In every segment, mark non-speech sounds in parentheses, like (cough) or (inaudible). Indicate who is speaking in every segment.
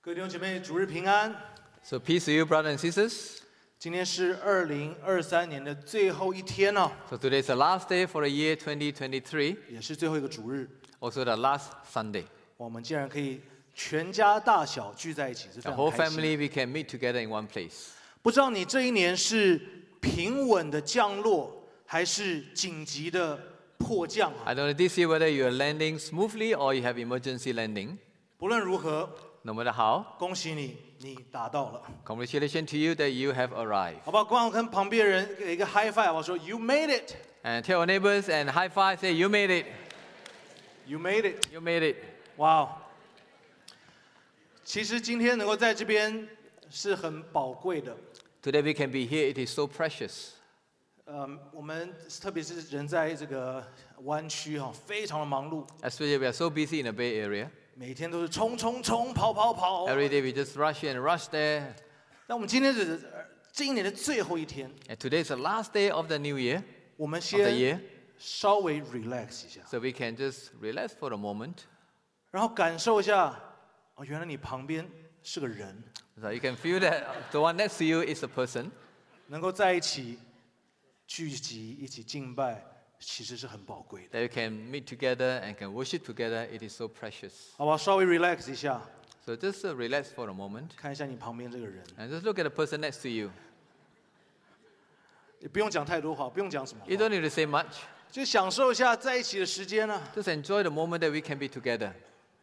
Speaker 1: 各位弟兄姐妹，主日平安！
Speaker 2: So peace to you, brothers and sisters.
Speaker 1: 今天是二零二三年的最后一天哦，
Speaker 2: So today is the last day for the year 2023,
Speaker 1: 也是最后一个主日。
Speaker 2: also the last Sunday.
Speaker 1: 我们竟然可以全家大小聚在一起，是非
Speaker 2: The
Speaker 1: 常
Speaker 2: whole
Speaker 1: 开心。
Speaker 2: family we can meet together in one place.
Speaker 1: 不知道你这一年是平稳的降落，还是紧急的迫降啊？
Speaker 2: I don't know this year whether you are landing smoothly or you have emergency landing.
Speaker 1: 不论如何，
Speaker 2: No matter how,
Speaker 1: 恭喜你，你达到了，
Speaker 2: congratulations to you that you have arrived.
Speaker 1: 好不好？光我跟旁边人给一个 high five，我说啊 You made it，You
Speaker 2: And tell your neighbors and high five, say you made it,
Speaker 1: made it。
Speaker 2: you made it.
Speaker 1: 哇哦！其实今天能够在这边是很宝贵的。
Speaker 2: Today we can be here. It is so precious.
Speaker 1: 呃，我们特别是人在这个湾区哈、非常的忙碌，
Speaker 2: Especially we are so busy in the Bay Area.
Speaker 1: 每天都是冲冲冲、跑跑跑。
Speaker 2: Every day we just rush here and rush there.
Speaker 1: 那我们今天是呃今年的最后一天，
Speaker 2: And today is the last day of the new year,
Speaker 1: 我们
Speaker 2: of the
Speaker 1: 先
Speaker 2: year.
Speaker 1: 稍微 relax 一下，
Speaker 2: So we can just relax for a moment.
Speaker 1: 然后感受一下，哦，原来你旁边是个人，
Speaker 2: So you can feel that the one next to you is a person.
Speaker 1: 能够在一起聚集、一起敬拜，其实是很宝贵的。
Speaker 2: That you can meet together and can worship together. It is so precious.
Speaker 1: 好吧，稍微 relax 一下，
Speaker 2: So just uh, relax for a moment
Speaker 1: 看一下你旁边这个人。
Speaker 2: and just look at the person next to you.
Speaker 1: 也不用讲太多话，不用讲什么话
Speaker 2: You don't need to say much.
Speaker 1: 就享受一下在一起的时间啊呢、
Speaker 2: Just enjoy the moment that we can be together.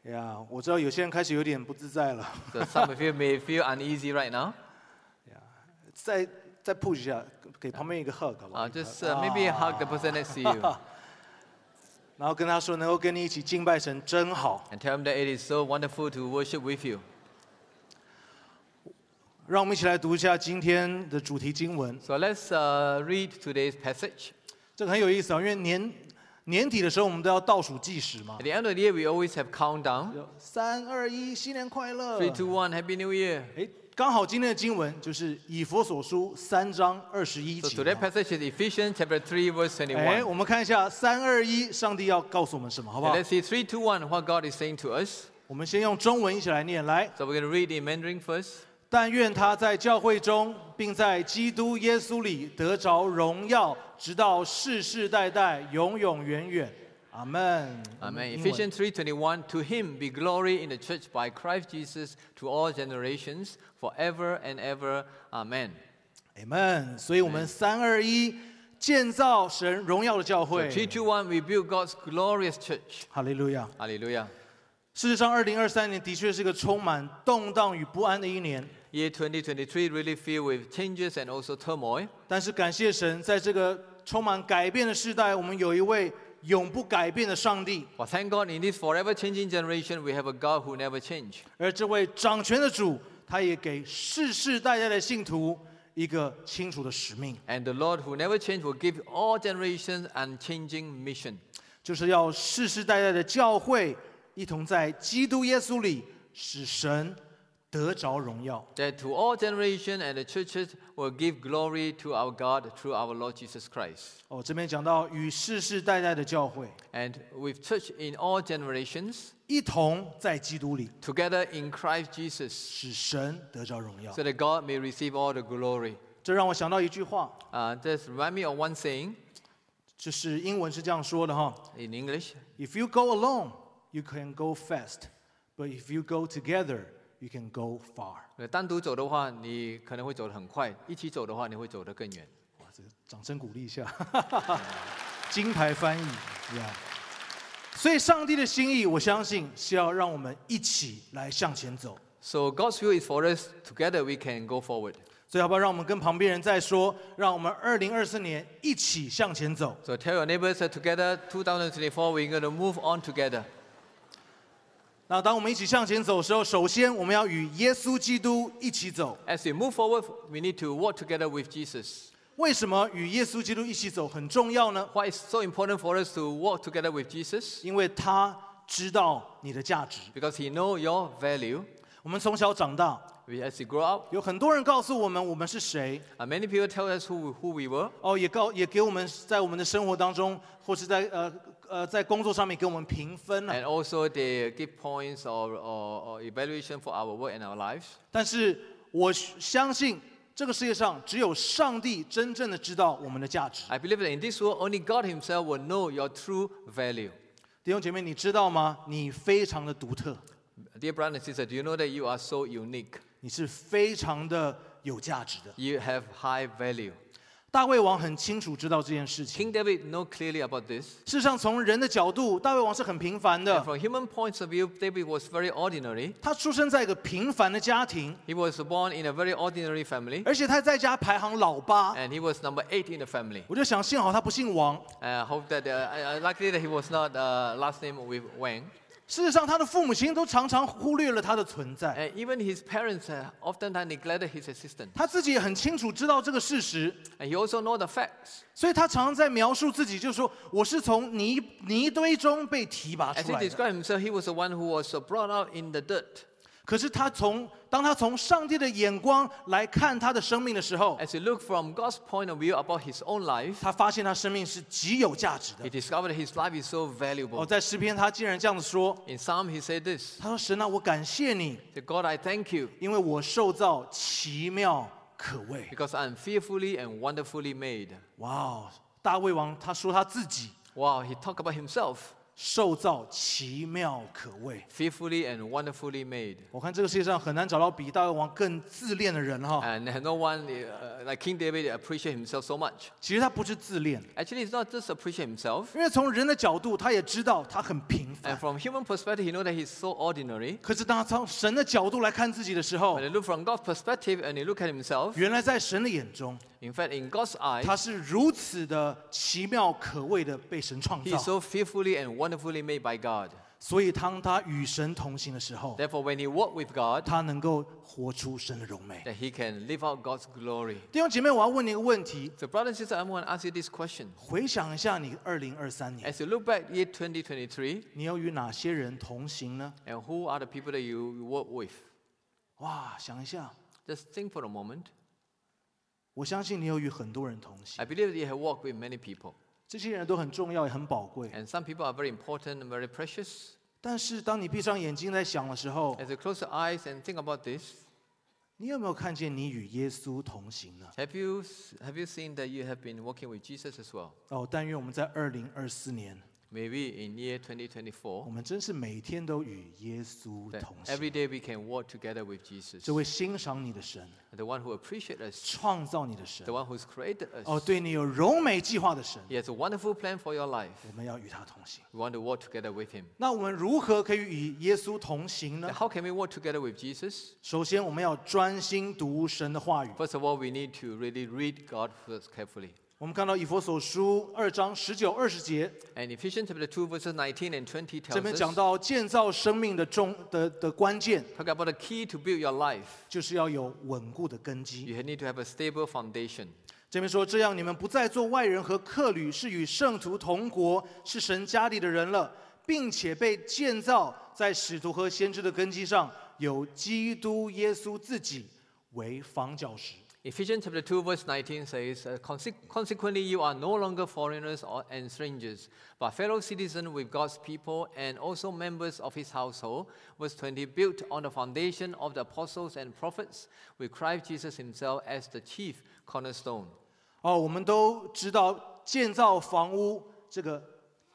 Speaker 1: 哎呀，我知道有些人开始有点不自在了，
Speaker 2: So some of you may feel uneasy right now.
Speaker 1: 再再 push 一下，给旁边一个 hug 好不好
Speaker 2: Uh, just uh, maybe
Speaker 1: (laughs)
Speaker 2: hug the person next to you
Speaker 1: 然后跟他说能够跟你一起敬拜神真好，
Speaker 2: and tell them that it is so wonderful to worship with you.
Speaker 1: 让我们一起来读一下今天的主题经文，
Speaker 2: So let's uh, read today's passage.
Speaker 1: 这个很有意思啊，因为年年底的时候我们都要倒数计时嘛
Speaker 2: At，the end of the year, we always have countdown.
Speaker 1: 有三二一，新年快乐。
Speaker 2: Three, two, one. Happy New Year.
Speaker 1: 哎，刚好今天的经文就是以佛所书三章二十一
Speaker 2: So
Speaker 1: 节
Speaker 2: today
Speaker 1: 啊。
Speaker 2: passage is Ephesians chapter 3 verse
Speaker 1: 哎，
Speaker 2: 21.
Speaker 1: 我们看一下三二一，上帝要告诉我们什么，好不
Speaker 2: And
Speaker 1: 好？
Speaker 2: let's see 3 2 1 what God is saying to us.
Speaker 1: 我们先用中文一起来念，来，
Speaker 2: So we're going to read in Mandarin first.
Speaker 1: 但愿他在教会中，并在基督耶稣里得着荣耀，直到世世代代，永永远远。阿门。
Speaker 2: Amen.
Speaker 1: 英文
Speaker 2: Ephesians 3:21 To him be glory in the church by Christ Jesus to all generations forever and ever. Amen.
Speaker 1: Amen。所以，我们三二一，建造神荣耀的教
Speaker 2: So
Speaker 1: 会。
Speaker 2: 321 we build God's glorious church.
Speaker 1: 哈利路亚。
Speaker 2: Hallelujah.
Speaker 1: 事实上，二零二三年的确是个充满动荡与不安的一年。
Speaker 2: Year 2023 really filled with changes and also turmoil.
Speaker 1: 但是，感谢神，在这个充满改变的时代，我们有一位永不改变的上帝。
Speaker 2: But thank God in this forever changing generation we have a God who never changes.
Speaker 1: 而这位掌权的主，他也给世世代代的信徒一个清楚的使命，
Speaker 2: And the Lord who never changes will give all generations unchanging mission.
Speaker 1: 就是要世世代代的教会一同在基督耶稣里使神得着荣耀。
Speaker 2: That to all generations and the churches will give glory to our God through our Lord Jesus Christ.
Speaker 1: 哦，这边讲到与世世代代的教会
Speaker 2: And with church in all generations,
Speaker 1: 一同在基督里
Speaker 2: together in Christ Jesus,
Speaker 1: 使神得着荣耀
Speaker 2: so。that God may receive all the glory.
Speaker 1: 这让我想到一句话，
Speaker 2: Uh, just remind me of one saying
Speaker 1: 就是英文是这样说的哈
Speaker 2: in English
Speaker 1: ：If you go alone, you can go fast, but if you go together, you can go far。
Speaker 2: 呃单独走的话，你可能会走得很快；一起走的话，你会走得更远。
Speaker 1: 哇，这个掌声鼓励一下， (laughs) 金牌翻译呀。所以，上帝的心意，我相信是要让我们一起来向前走。
Speaker 2: So God's will is for us. Together we can go forward.
Speaker 1: 所以，好不好？让我们跟旁边人再说，让我们二零二四年一起向前走。
Speaker 2: So tell your neighbors that together, 2024, we're going to move on together.
Speaker 1: 那当我们一起向前走的时候，首先我们要与耶稣基督一起走。
Speaker 2: As we move forward, we need to walk together with Jesus.
Speaker 1: 为什么与耶稣基督一起走很重要呢？
Speaker 2: Why it's so important for us to walk together with Jesus?
Speaker 1: 因为他知道你的价值。
Speaker 2: Because He knows your value.
Speaker 1: 我们从小长大，
Speaker 2: We, as we grow up,
Speaker 1: 有很多人告诉我们我们是谁，
Speaker 2: and many
Speaker 1: 哦
Speaker 2: people tell us who, who we were.
Speaker 1: 哦，也告也给我们在我们的生活当中，或是在呃呃在工作上面给我们评分啊了、
Speaker 2: And also, they give points or, or, or evaluation for our work and our lives.
Speaker 1: 但是我相信这个世界上只有上帝真正的知道我们的价值。
Speaker 2: I believe that in this world, only God Himself will know your true value.
Speaker 1: 弟兄姐妹，你知道吗？你非常的独特，
Speaker 2: Dear brother and sister, do you know that you are so unique?
Speaker 1: 你是非常的有价值的。
Speaker 2: You have high value.
Speaker 1: 大卫王很清楚知道这件事情。
Speaker 2: King David know clearly about this.
Speaker 1: 事实上，从人的角度，大卫王是很平凡
Speaker 2: And
Speaker 1: 的。
Speaker 2: from human points of view, David was very ordinary.
Speaker 1: 他出生在一个平凡的家庭，
Speaker 2: He was born in a very ordinary family,
Speaker 1: 而且他在家排行老八。
Speaker 2: and he was number eight in the family.
Speaker 1: 我就想，幸好他不姓王。
Speaker 2: I hope that uh, I- I likely that he was not uh, last name with Wang.
Speaker 1: 事实上，他的父母亲都常常忽略了他的存在。
Speaker 2: And Uh, even his parents uh, oftentimes neglected his assistance.
Speaker 1: 他自己也很清楚知道这个事实，
Speaker 2: And he also know the facts.
Speaker 1: 所以他常常在描述自己，就说我是从泥泥堆中被提拔
Speaker 2: As
Speaker 1: 出
Speaker 2: he
Speaker 1: 来的。
Speaker 2: described himself, he was the one who was uh, brought out in the dirt.
Speaker 1: 可是他从当他从上帝的眼光来看他的生命的时候，
Speaker 2: As he looked from God's point of view about his own life,
Speaker 1: 他发现他生命是极有价值
Speaker 2: he
Speaker 1: 的。
Speaker 2: discovered his life is so
Speaker 1: 哦，
Speaker 2: valuable.
Speaker 1: 在诗篇他竟然这样子说，
Speaker 2: In Psalm, he said this
Speaker 1: 他说：“神啊，我感谢你，
Speaker 2: to God, I thank you
Speaker 1: 因为我受造奇妙可畏。
Speaker 2: because I am fearfully and wonderfully made. ”
Speaker 1: 哇哦，大卫王他说他自己
Speaker 2: Wow, he talked about himself
Speaker 1: 受造奇妙可畏。
Speaker 2: fearfully and wonderfully made.
Speaker 1: 我看这个世界上很难找到比大卫王更自恋的人哈。
Speaker 2: And no one, uh, like King David, appreciate himself so much.
Speaker 1: 其实他不是自恋，
Speaker 2: Actually, it's not just appreciate himself.
Speaker 1: 因为从人的角度，他也知道他很平
Speaker 2: And
Speaker 1: 凡。
Speaker 2: from human perspective, he know that he's so ordinary.
Speaker 1: 可是当他从神的角度来看自己的时候
Speaker 2: When，you look from God's perspective and you look at himself,
Speaker 1: 原来在神的眼中，
Speaker 2: in fact, in God's eyes,
Speaker 1: 他是如此的奇妙可畏的被神创
Speaker 2: he is
Speaker 1: 造。
Speaker 2: so fearfully and wonderfully made by God.
Speaker 1: 所以当他与神同行的时候，
Speaker 2: Therefore, when he walk with God,
Speaker 1: 他能够活出神的荣美。
Speaker 2: that he can live out God's glory.
Speaker 1: 弟兄姐妹，我要问你一个问题：
Speaker 2: So, brothers and sisters, I want to ask you this question.
Speaker 1: 回想一下你二零二三年，
Speaker 2: As you look back year 2023,
Speaker 1: 你有与哪些人同行呢？
Speaker 2: and who are the people that you you work with?
Speaker 1: 哇，想一下，
Speaker 2: Just think for a moment.
Speaker 1: 我相信你有与很多人同行
Speaker 2: I，believe that you have walked with many people,
Speaker 1: 这些人都很重要也很宝贵。
Speaker 2: and some people are very important and very precious.
Speaker 1: 但是当你闭上眼睛在想的时候，
Speaker 2: As you close your eyes and think about this,
Speaker 1: 你有没有看见你与耶稣同行呢？
Speaker 2: have you s- have you seen that you have been walking with Jesus as well?
Speaker 1: 哦，但愿我们在二零二四年，
Speaker 2: Maybe in year
Speaker 1: 我
Speaker 2: 2024,
Speaker 1: 们真是每天都与耶稣
Speaker 2: that
Speaker 1: 同行。
Speaker 2: every day we can walk together with Jesus,
Speaker 1: 这位欣赏你的神，
Speaker 2: the one who appreciates us,
Speaker 1: 创造你的神
Speaker 2: the，one who's created
Speaker 1: 哦，
Speaker 2: us.
Speaker 1: 对你有柔美计划的神，
Speaker 2: He has a wonderful plan for your life.
Speaker 1: 我们要与他同行。
Speaker 2: We want to walk together with Him.
Speaker 1: 那我们如何可以与耶稣同行
Speaker 2: Now,
Speaker 1: 呢？
Speaker 2: How can we walk together with Jesus?
Speaker 1: 首先，我们要专心读神的话语。
Speaker 2: First of all, we need to really read God first carefully.
Speaker 1: 我们看到以佛所书二章十九、二十节，
Speaker 2: And Ephesians chapter 2, verses 19 and 20
Speaker 1: 这边
Speaker 2: tells
Speaker 1: 讲
Speaker 2: us
Speaker 1: 到建造生命的中的的关键，
Speaker 2: talk about the key to build your life.
Speaker 1: 就是要有稳固的根基。
Speaker 2: You need to have a stable foundation.
Speaker 1: 这边说，这样你们不再做外人和客旅，是与圣徒同国，是神家里的人了，并且被建造在使徒和先知的根基上，有基督耶稣自己为房角石。
Speaker 2: Ephesians chapter 2, verse 19 says, uh, "Conse- Consequently, you are no longer foreigners or, and strangers, but fellow citizens with God's people and also members of his household. Verse 20, built on the foundation of the apostles and prophets, with Christ Jesus himself as the chief cornerstone.
Speaker 1: 哦，我们都知道建造房屋这个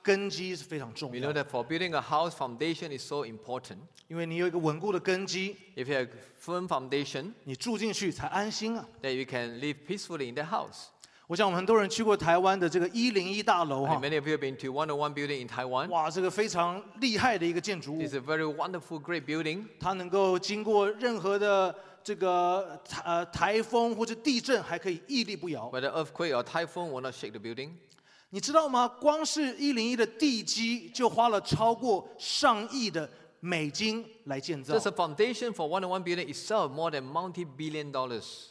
Speaker 1: 根基是非常重
Speaker 2: We
Speaker 1: 要
Speaker 2: know
Speaker 1: 的，
Speaker 2: that for building a house, foundation is so important.
Speaker 1: 因为你有一个稳固的根基，
Speaker 2: If you have a firm foundation,
Speaker 1: 你住进去才安心啊。
Speaker 2: then you can live peacefully in the house.
Speaker 1: 我想我们很多人去过台湾的这个一零一大楼
Speaker 2: And
Speaker 1: 哈，
Speaker 2: many of you have been to 101 building in Taiwan.
Speaker 1: 哇，这个非常厉害的一个建筑物
Speaker 2: It's，a very wonderful, great building.
Speaker 1: 它能够经过任何的这个呃台风或者地震，还可以屹立不摇。
Speaker 2: Whether earthquake or typhoon will not shake the building.
Speaker 1: 你知道吗？光是一零一的地基就花了超过上亿的美金来建造
Speaker 2: Just，a foundation for 101 building itself more than multi-billion dollars.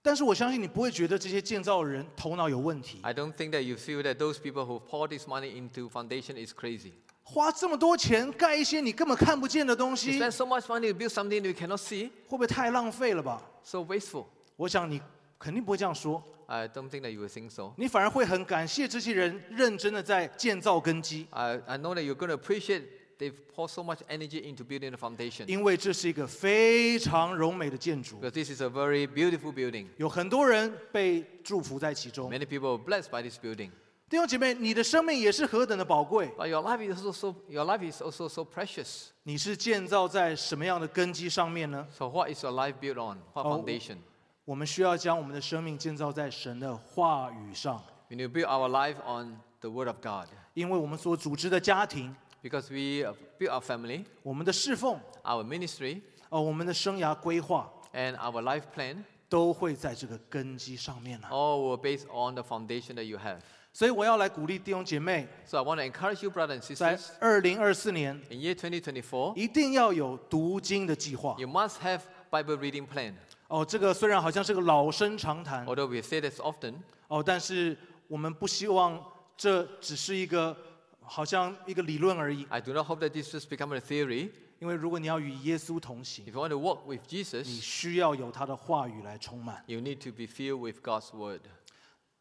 Speaker 1: 但是我相信你不会觉得这些建造人头脑有问题。
Speaker 2: I don't think that you feel that those people who pour this money into foundation is crazy.
Speaker 1: 花这么多钱盖一些你根本看不见的东
Speaker 2: You
Speaker 1: 西，会
Speaker 2: spend so much money to build something that you cannot see,
Speaker 1: 不会太浪费了吧？
Speaker 2: so wasteful.
Speaker 1: 我想你肯定不会这样说。
Speaker 2: I don't think that you will think so.
Speaker 1: 你反而会很感谢这些人认真的在建造根基，
Speaker 2: I, I know that you're going to appreciate they've poured so much energy into building the foundation
Speaker 1: 因为这是一个非常柔美的建筑，
Speaker 2: because this is a very beautiful building.
Speaker 1: 有很多人被祝福在其中。
Speaker 2: Many people are blessed by this building,
Speaker 1: 弟兄姐妹，你的生命也是何等的宝贵，
Speaker 2: but your life is also so, your life is also so precious.
Speaker 1: 你是建造在什么样的根基上面呢？
Speaker 2: So what is your life built on? What
Speaker 1: Oh.
Speaker 2: foundation?
Speaker 1: 我们需要将我们的生命建造在神的话语上，
Speaker 2: We need to build our life on the Word of God
Speaker 1: 因为我们所组织的家庭、
Speaker 2: because we uh, build our family,
Speaker 1: 我们的侍奉、
Speaker 2: our ministry,
Speaker 1: 哦，我们的生涯规划，
Speaker 2: and our life plan.
Speaker 1: 都会在这个根基上面呢、
Speaker 2: All were based on the foundation that you have.
Speaker 1: 所以我要来鼓励弟兄姐妹，
Speaker 2: So I want to encourage you, brothers and
Speaker 1: 在
Speaker 2: sisters,
Speaker 1: 二零二四年
Speaker 2: in year 2024,
Speaker 1: 一定要有读经的计划。
Speaker 2: you must have Bible reading plan.
Speaker 1: 哦，这个虽然好像是个老生常谈，
Speaker 2: Although we say this often,
Speaker 1: 哦，但是我们不希望这只是一个好像一个理论而已。
Speaker 2: I do not hope that this just become a theory.
Speaker 1: 因为如果你要与耶稣同行，
Speaker 2: If you want to walk with
Speaker 1: 你
Speaker 2: Jesus,
Speaker 1: 需要有他的话语来充满。
Speaker 2: you need to be filled with God's word.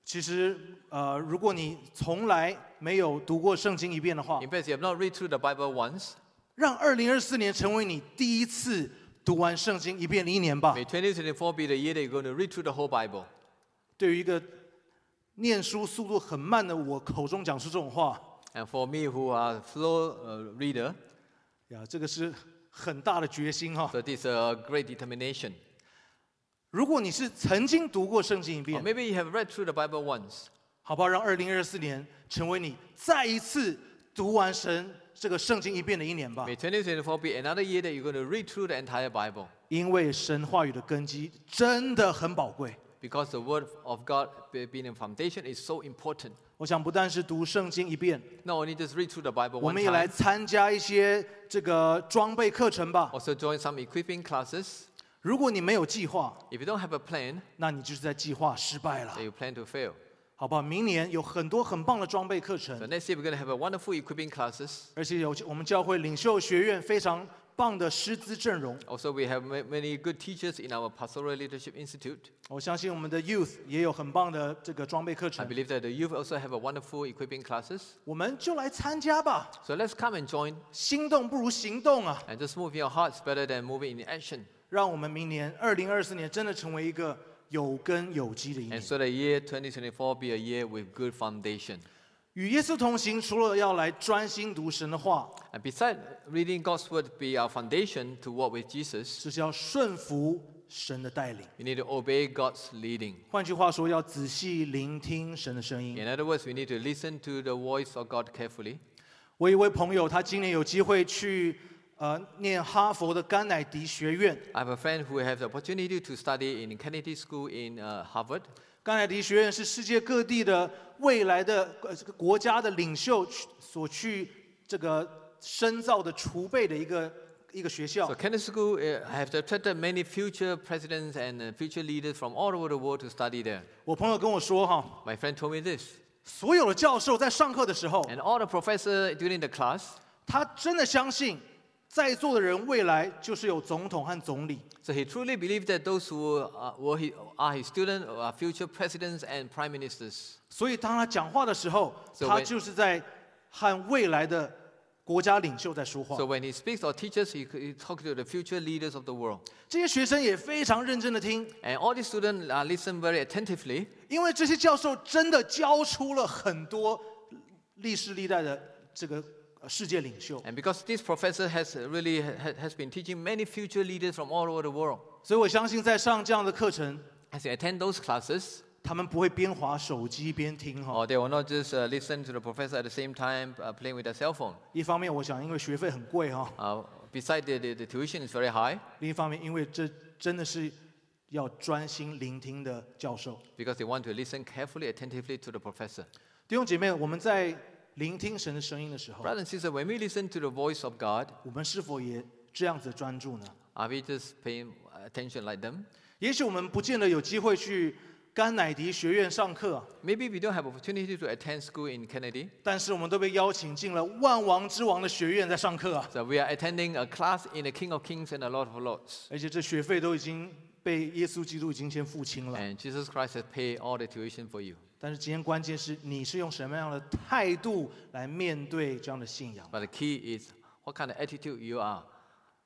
Speaker 1: 其实，呃，如果你从来没有读过圣经一遍的话，
Speaker 2: In fact, you have not read through the Bible once.
Speaker 1: 让二零二四年成为你第一次读完圣经一遍的一年吧
Speaker 2: May。2024 be the year that you're going to read through the whole Bible.
Speaker 1: 对于一个念书速度很慢的我口中讲出这种话，
Speaker 2: And for me, who are slow uh, reader,
Speaker 1: 呀，这个是很大的决心哈、啊
Speaker 2: so this is a great determination.
Speaker 1: 如果你是曾经读过圣经一
Speaker 2: Or
Speaker 1: 遍，
Speaker 2: maybe you have read through the Bible once.
Speaker 1: 好不好？让二零二四年成为你再一次读完神这个圣经一遍的一年吧
Speaker 2: May，2024 be another year that you're going to read through the entire Bible
Speaker 1: 因为神话语的根基真的很宝贵。
Speaker 2: because the Word of God be- being a foundation is so important.
Speaker 1: 我想不但是读圣经一遍，
Speaker 2: Not only just read through the Bible
Speaker 1: 我
Speaker 2: one
Speaker 1: 们也来
Speaker 2: time,
Speaker 1: 参加一些这个装备课程吧。
Speaker 2: also join some equipping classes.
Speaker 1: 如果你没有计划，
Speaker 2: If you don't have a plan,
Speaker 1: 那你就是在计划失败了
Speaker 2: then，you plan to fail.
Speaker 1: 好不好？明年有很多很棒的装备课程
Speaker 2: So，next year we're going to have a wonderful equipping classes.
Speaker 1: 而且有我们教会领袖学院非常棒的师资阵容。
Speaker 2: Also, we have ma- many good teachers in our Pastoral Leadership Institute.
Speaker 1: 我相信我们的 youth 也有很棒的这个装备课
Speaker 2: I
Speaker 1: 程，
Speaker 2: believe that the youth also have a wonderful equipping classes.
Speaker 1: 我们就来参加吧。
Speaker 2: So let's come and join
Speaker 1: 心动不如行动啊！
Speaker 2: and just move in your hearts better than moving in action.
Speaker 1: 让我们明年二零二四年真的成为一个有根有基的一
Speaker 2: And
Speaker 1: 年。
Speaker 2: so the year 2024 be a year with good foundation.
Speaker 1: 与耶稣同行，除了要来专心读神的话，
Speaker 2: And besides reading God's word be our foundation to walk with Jesus,
Speaker 1: 就是要顺服神的带领。
Speaker 2: we need to obey God's leading.
Speaker 1: 换句话说，要仔细聆听神的声音。
Speaker 2: In other words, we need to listen to the voice of God carefully.
Speaker 1: 我有一位朋友，他今年有机会去呃念哈佛的甘乃迪学院。
Speaker 2: I have a friend who has the opportunity to study in Kennedy School in uh, Harvard.
Speaker 1: 甘乃迪学院是世界各地的未来的呃这个国家的领袖去所去这个深造的储备的一个一个学
Speaker 2: So
Speaker 1: 校。
Speaker 2: Kennedy School uh, has attracted many future presidents and uh, future leaders from all over the world to study there.
Speaker 1: 我朋友跟我说哈，
Speaker 2: My friend told me this.
Speaker 1: 所有的教授在上课的时候，
Speaker 2: And all the professor during the class,
Speaker 1: 他真的相信在座的人未来就是有总统和总理。
Speaker 2: so he truly believed that those who are, were his, are his students are future presidents and prime ministers.
Speaker 1: 所以当他讲话的时候，
Speaker 2: So
Speaker 1: 他
Speaker 2: when-
Speaker 1: 就是在和未来的国家领袖在说话
Speaker 2: So。when he speaks or teaches, he, he talks to the future leaders of the world.
Speaker 1: 这些学生也非常认真的听，
Speaker 2: And all these students uh, listen very attentively
Speaker 1: 因为这些教授真的教出了很多历史历代的这个呃世界领袖，
Speaker 2: And because this professor has really ha- has been teaching many future leaders from all over the world,
Speaker 1: 所以我相信在上这样的课程，
Speaker 2: as they attend those classes,
Speaker 1: 他们不会边划手机边听哈。
Speaker 2: or they will not just uh, listen to the professor at the same time uh, playing with their cell phone.
Speaker 1: 一方面，我想因为学费很贵哈；
Speaker 2: Uh, besides, the, the, the tuition is very high
Speaker 1: 另一方面，因为这真的是要专心聆听的教授。
Speaker 2: because they want to listen carefully, attentively to the professor.
Speaker 1: 弟兄姐妹，我们在聆听神的声音的时候，
Speaker 2: Brothers and sisters, when we listen to the voice of God,
Speaker 1: 我们是否也这样子专注呢？
Speaker 2: are we just paying attention like them?
Speaker 1: 也许我们不见得有机会去甘乃迪学院上课啊、
Speaker 2: Maybe we don't have opportunity to attend school in Kennedy,
Speaker 1: 但是我们都被邀请进了万王之王的学院在上课啊，
Speaker 2: so we are attending a class in the King of Kings and the Lord of Lords.
Speaker 1: 而且这学费都已经被耶稣基督已经先付清了。
Speaker 2: And Jesus Christ has paid all the tuition for you.
Speaker 1: 但是今天关键是你是用什么样的态度来面对这样的信仰？
Speaker 2: But the key is what kind of attitude you are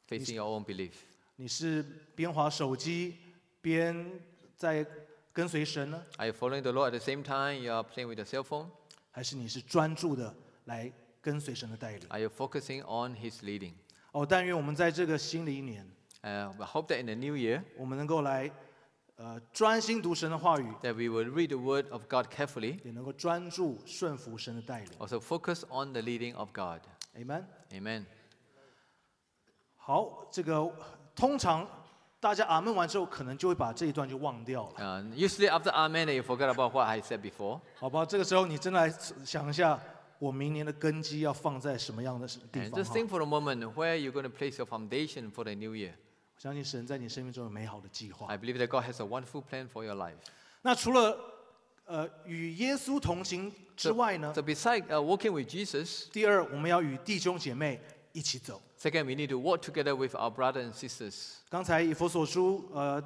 Speaker 2: facing your own belief.
Speaker 1: 你是边划手机边在跟随神呢，
Speaker 2: Are you following the Lord at the same time you are playing with your cell phone?
Speaker 1: 还是你是专注的来跟随神的带领？
Speaker 2: Are you focusing on His leading?
Speaker 1: 哦，但愿我们在这个新的一年，
Speaker 2: Uh, we hope that in the new year
Speaker 1: 我们能够来呃专心读神的话语，
Speaker 2: that we will read the Word of God carefully,
Speaker 1: 也能够专注顺服神的带领。
Speaker 2: also focus on the leading of God.
Speaker 1: Amen。
Speaker 2: Amen.
Speaker 1: 好，这个通常大家阿门完之后，可能就会把这一段就忘掉了，
Speaker 2: Uh, usually after Amen, you forget about what I said before.
Speaker 1: 好吧？这个时候你真的来想一下，我明年的根基要放在什么样的地
Speaker 2: And
Speaker 1: 方
Speaker 2: just
Speaker 1: 哈？
Speaker 2: think for a moment where you're going to place your foundation for the new year.
Speaker 1: 我相信神在你生命中有美好的计划
Speaker 2: I。believe that God has a wonderful plan for your life.
Speaker 1: 那除了呃与耶稣同行之外呢
Speaker 2: So，besides uh, walking with Jesus,
Speaker 1: 第二我们要与弟兄姐妹一起走。
Speaker 2: second, we need to walk together with our brothers and sisters.
Speaker 1: 刚才以佛所书呃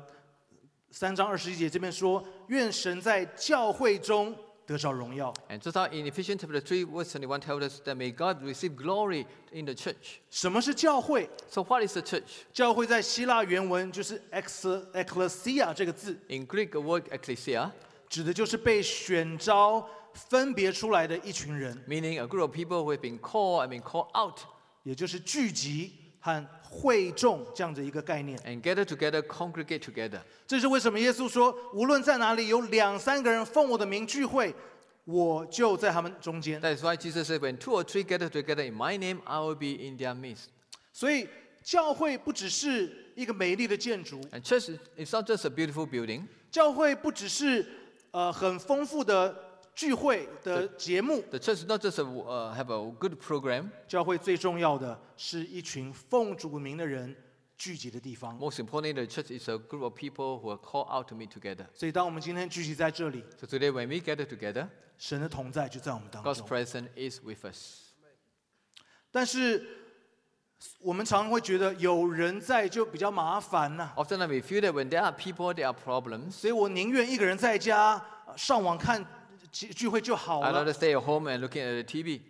Speaker 1: 三章二十一节这边说，愿神在教会中得着荣耀，
Speaker 2: And just how in Ephesians chapter 3, verse 21 tells us that may God receive glory in the church.
Speaker 1: 什么是教会？
Speaker 2: So what is the church?
Speaker 1: 教会在希腊原文就是 ex ecclesia 这个字，
Speaker 2: In Greek, the word ecclesia,
Speaker 1: 指的就是被选召、分别出来的一群人，
Speaker 2: meaning a group of people who have been called and been called out
Speaker 1: 也就是聚集和会众这样的一个概念。
Speaker 2: and gather together, congregate together.
Speaker 1: 这是为什么耶稣说，无论在哪里有两三个人奉我的名聚会，我就在他们中间。
Speaker 2: That is why Jesus said, when two or three gather together in my name, I will be in their midst.
Speaker 1: 所以教会不只是一个美丽的建筑，
Speaker 2: And church is it's not just a beautiful building.
Speaker 1: 教会不只是呃很丰富的聚会的节目，
Speaker 2: The church is not just a, uh, have a good program.
Speaker 1: 教会最重要的是一群奉主名的人聚集的地方。
Speaker 2: Most importantly, the church is a group of people who are called out to meet together.
Speaker 1: 所以，当我们今天聚集在这里，
Speaker 2: So today, when we gather together,
Speaker 1: 神的同在就在我们当
Speaker 2: God's
Speaker 1: 中。
Speaker 2: presence is with us.
Speaker 1: 但是，我们常常会觉得有人在就比较麻烦呐、
Speaker 2: Often we feel that when there are people, there are problems.
Speaker 1: 所以我宁愿一个人在家呃上网看聚聚会就好
Speaker 2: I'd
Speaker 1: 了，
Speaker 2: rather stay at home and looking at the TV.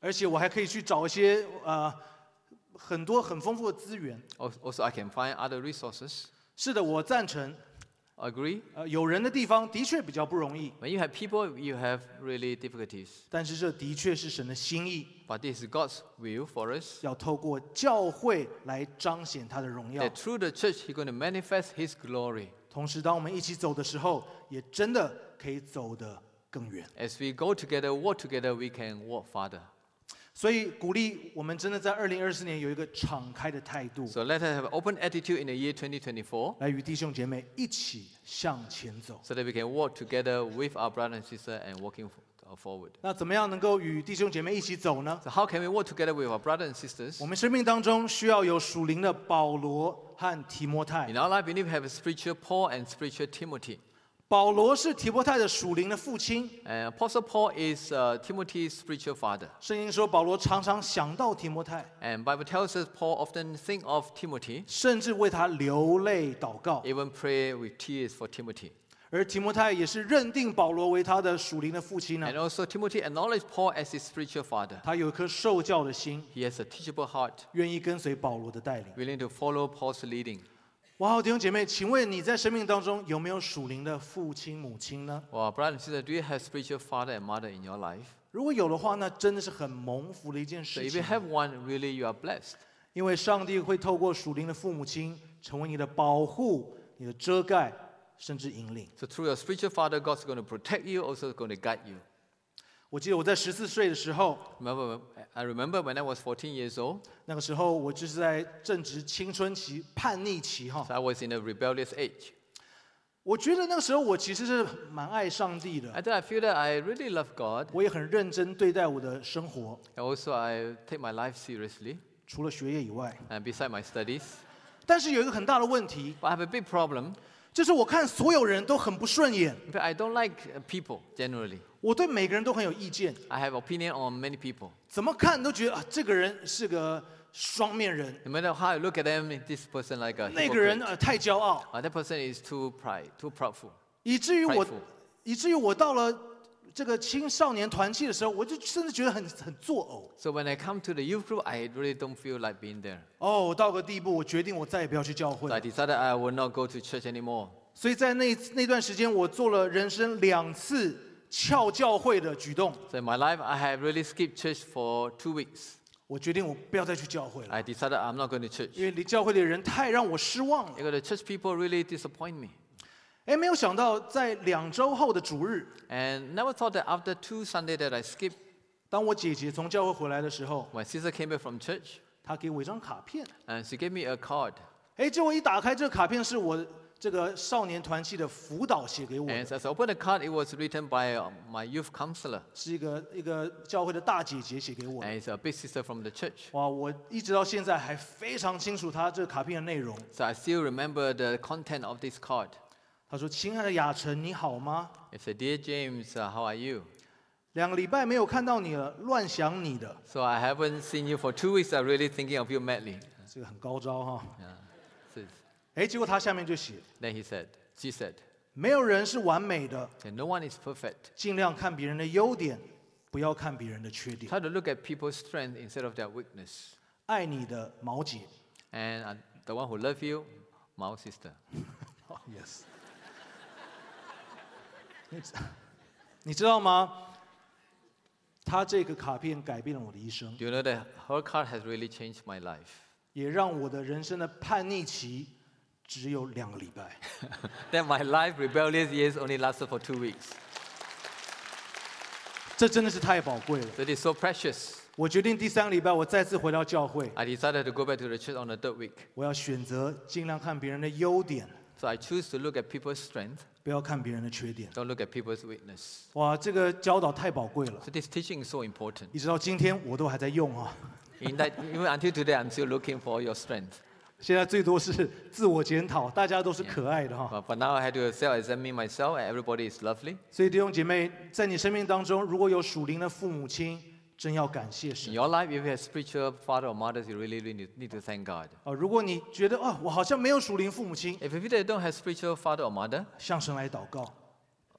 Speaker 1: 而且我还可以去找一些呃很多很丰富的资源。
Speaker 2: Al- Also, I can find other resources.
Speaker 1: 是的，我赞成，
Speaker 2: Agree?
Speaker 1: 呃，有人的地方的确比较不容易，
Speaker 2: When you have people, you have really difficulties.
Speaker 1: 但是这的确是神的心意，
Speaker 2: But this is God's will for us.
Speaker 1: 要透过教会来彰显他的荣耀
Speaker 2: That。through the church, He's going to manifest His glory.
Speaker 1: 同时，当我们一起走的时候，也真的可以走得更远。
Speaker 2: As we go together, walk together, we can walk farther.
Speaker 1: 所以，鼓励我们真的在二零二四年有一个敞开的态度，
Speaker 2: So let us have an open attitude in the year 2024
Speaker 1: 来与弟兄姐妹一起向前走。
Speaker 2: so that we can walk together with our brother and sister and walking f- uh, forward.
Speaker 1: 那怎么样能够与弟兄姐妹一起走呢？
Speaker 2: So, how can we walk together with our brothers and sisters?
Speaker 1: 我们生命当中需要有属灵的保罗和提摩太
Speaker 2: In。our life, we need to have a spiritual Paul and spiritual Timothy.
Speaker 1: 保罗是提摩太的属灵的父亲。
Speaker 2: And Apostle Paul is uh, Timothy's spiritual father.
Speaker 1: 圣经说，保罗常常想到提摩太，
Speaker 2: And Bible tells us Paul often think of Timothy,
Speaker 1: 甚至为他流泪祷告。
Speaker 2: even pray with tears for Timothy.
Speaker 1: 而提摩太也是认定保罗为他的属灵的父亲呢、
Speaker 2: And also Timothy acknowledged Paul as his spiritual father.
Speaker 1: 他有一颗受教的心，
Speaker 2: He has a teachable heart,
Speaker 1: 愿意跟随保罗的带领。
Speaker 2: willing to follow Paul's leading.
Speaker 1: 哇，好弟兄姐妹，请问你在生命当中有没有属灵的父亲、母亲呢？
Speaker 2: Well, brother and sister, do you have spiritual father and mother in your life?
Speaker 1: 如果有的话，那真的是很蒙福的一件事
Speaker 2: So if you
Speaker 1: 情，啊
Speaker 2: have one, really you are blessed.
Speaker 1: 因为上帝会透过属灵的父母亲，成为你的保护、你的遮盖，甚至引领。
Speaker 2: So through your spiritual father, God's going to protect you, also going to guide you.
Speaker 1: 我记得我在十四岁的时候，
Speaker 2: Remember, when- I remember when I was 14 years old,
Speaker 1: 那个时候我就是在正值青春期、叛逆期哈
Speaker 2: so。I was in a rebellious age.
Speaker 1: 我觉得那个时候我其实是蛮爱上帝的，
Speaker 2: I think I feel that I really love God.
Speaker 1: 我也很认真对待我的生活，
Speaker 2: And also, I take my life seriously
Speaker 1: 除了学业以外。
Speaker 2: and beside my studies.
Speaker 1: 但是有一个很大的问题，
Speaker 2: But I have a big problem.
Speaker 1: 就是我看所有人都很不顺眼，
Speaker 2: In fact, I don't like uh, people generally.
Speaker 1: 我对每个人都很有意见，
Speaker 2: I have opinion on many people.
Speaker 1: 怎么看都觉得啊，这个人是个双面人。
Speaker 2: No matter how I look at them, this person like a
Speaker 1: 那个人
Speaker 2: hypocrite.
Speaker 1: 呃太骄傲，
Speaker 2: Uh, that person is too pride, too proudful.
Speaker 1: 以至于我
Speaker 2: Prideful，
Speaker 1: 以至于我到了这个青少年团契的时候，我就甚至觉得很很作呕。
Speaker 2: So when I come to the youth group, I really don't feel like being there.
Speaker 1: 哦，我到个地步，我决定我再也不要去教会
Speaker 2: So
Speaker 1: 了。
Speaker 2: I decided I will not go to church anymore.
Speaker 1: 所以在那那段时间，我做了人生两次翘教会的举动。
Speaker 2: So in my life, I have really skipped church for two weeks.
Speaker 1: 我决定我不要再去教会了，
Speaker 2: I decided I'm not going to church.
Speaker 1: 因为离教会的人太让我失望了。
Speaker 2: Because the church people really disappoint me.
Speaker 1: 哎，没有想到在两周后的主日，
Speaker 2: And never thought that after two Sunday that I skipped,
Speaker 1: 当我姐姐从教会回来的时候，
Speaker 2: my sister came back from church
Speaker 1: 她给我一张卡片。
Speaker 2: and she gave me a card.
Speaker 1: 哎，结果一打开，这个卡片是我这个少年团契的辅导写给我
Speaker 2: And
Speaker 1: 的，
Speaker 2: as I opened the card, it was written by uh, my youth counselor.
Speaker 1: 是一个一个教会的大姐姐写给我的。
Speaker 2: And it's a big sister from the church.
Speaker 1: 哇，我一直到现在还非常清楚她这个卡片的内容。
Speaker 2: So I still remember the content of this card.
Speaker 1: 她说：“亲爱的雅晨，你好吗？
Speaker 2: It said, Dear James, uh, how are you?
Speaker 1: 两个礼拜没有看到你了，乱想你的，
Speaker 2: So I haven't seen you for two weeks. I'm really thinking of you madly.
Speaker 1: 这个很高招哈。
Speaker 2: Yeah. So it's- ”
Speaker 1: 哎，结果她下面就写
Speaker 2: then he said, she said,：“
Speaker 1: 没有人是完美的，
Speaker 2: that no one is perfect.
Speaker 1: 尽量看别人的优点，不要看别人的缺点。
Speaker 2: Try to look at people's strength instead of their weakness.
Speaker 1: 爱你的毛姐
Speaker 2: And uh, the one who love you, my sister.
Speaker 1: ，yes。你知 (laughs) 你知道吗？他这个卡片改变了我的一生，
Speaker 2: Do you know that her card has really changed my life? (laughs)
Speaker 1: 也让我的人生的叛逆期只有两个礼拜。
Speaker 2: That my life rebellious years only lasted for two weeks.
Speaker 1: 这真的是太宝贵了。
Speaker 2: That is so precious.
Speaker 1: 我决定第三个礼拜我再次回到教会，
Speaker 2: I decided to go back to the church on the third week.
Speaker 1: 我要选择尽量看别人的优点，
Speaker 2: So I choose to look at people's strength,
Speaker 1: 不要看别人的缺点。
Speaker 2: don't look at people's weakness.
Speaker 1: 哇，这个教导太宝贵了，
Speaker 2: So this teaching is so important.
Speaker 1: 一直到今天我都还在用啊。
Speaker 2: In that, even until today, I'm still looking for your strength.
Speaker 1: 现在最多是 (laughs) 自我检讨，大家都是可爱的哈。
Speaker 2: But, but now I had to self-examine myself, and everybody is lovely.
Speaker 1: 所以弟兄姐妹，在你生命当中，如果有属灵的父母亲，真要感谢
Speaker 2: In
Speaker 1: 神
Speaker 2: your life, if you have spiritual father or mothers, you really, really need- need to thank God.
Speaker 1: 啊！如果你觉得啊、我好像没有属灵父母亲，
Speaker 2: If you really don't have spiritual father or mother,
Speaker 1: 向神来祷告，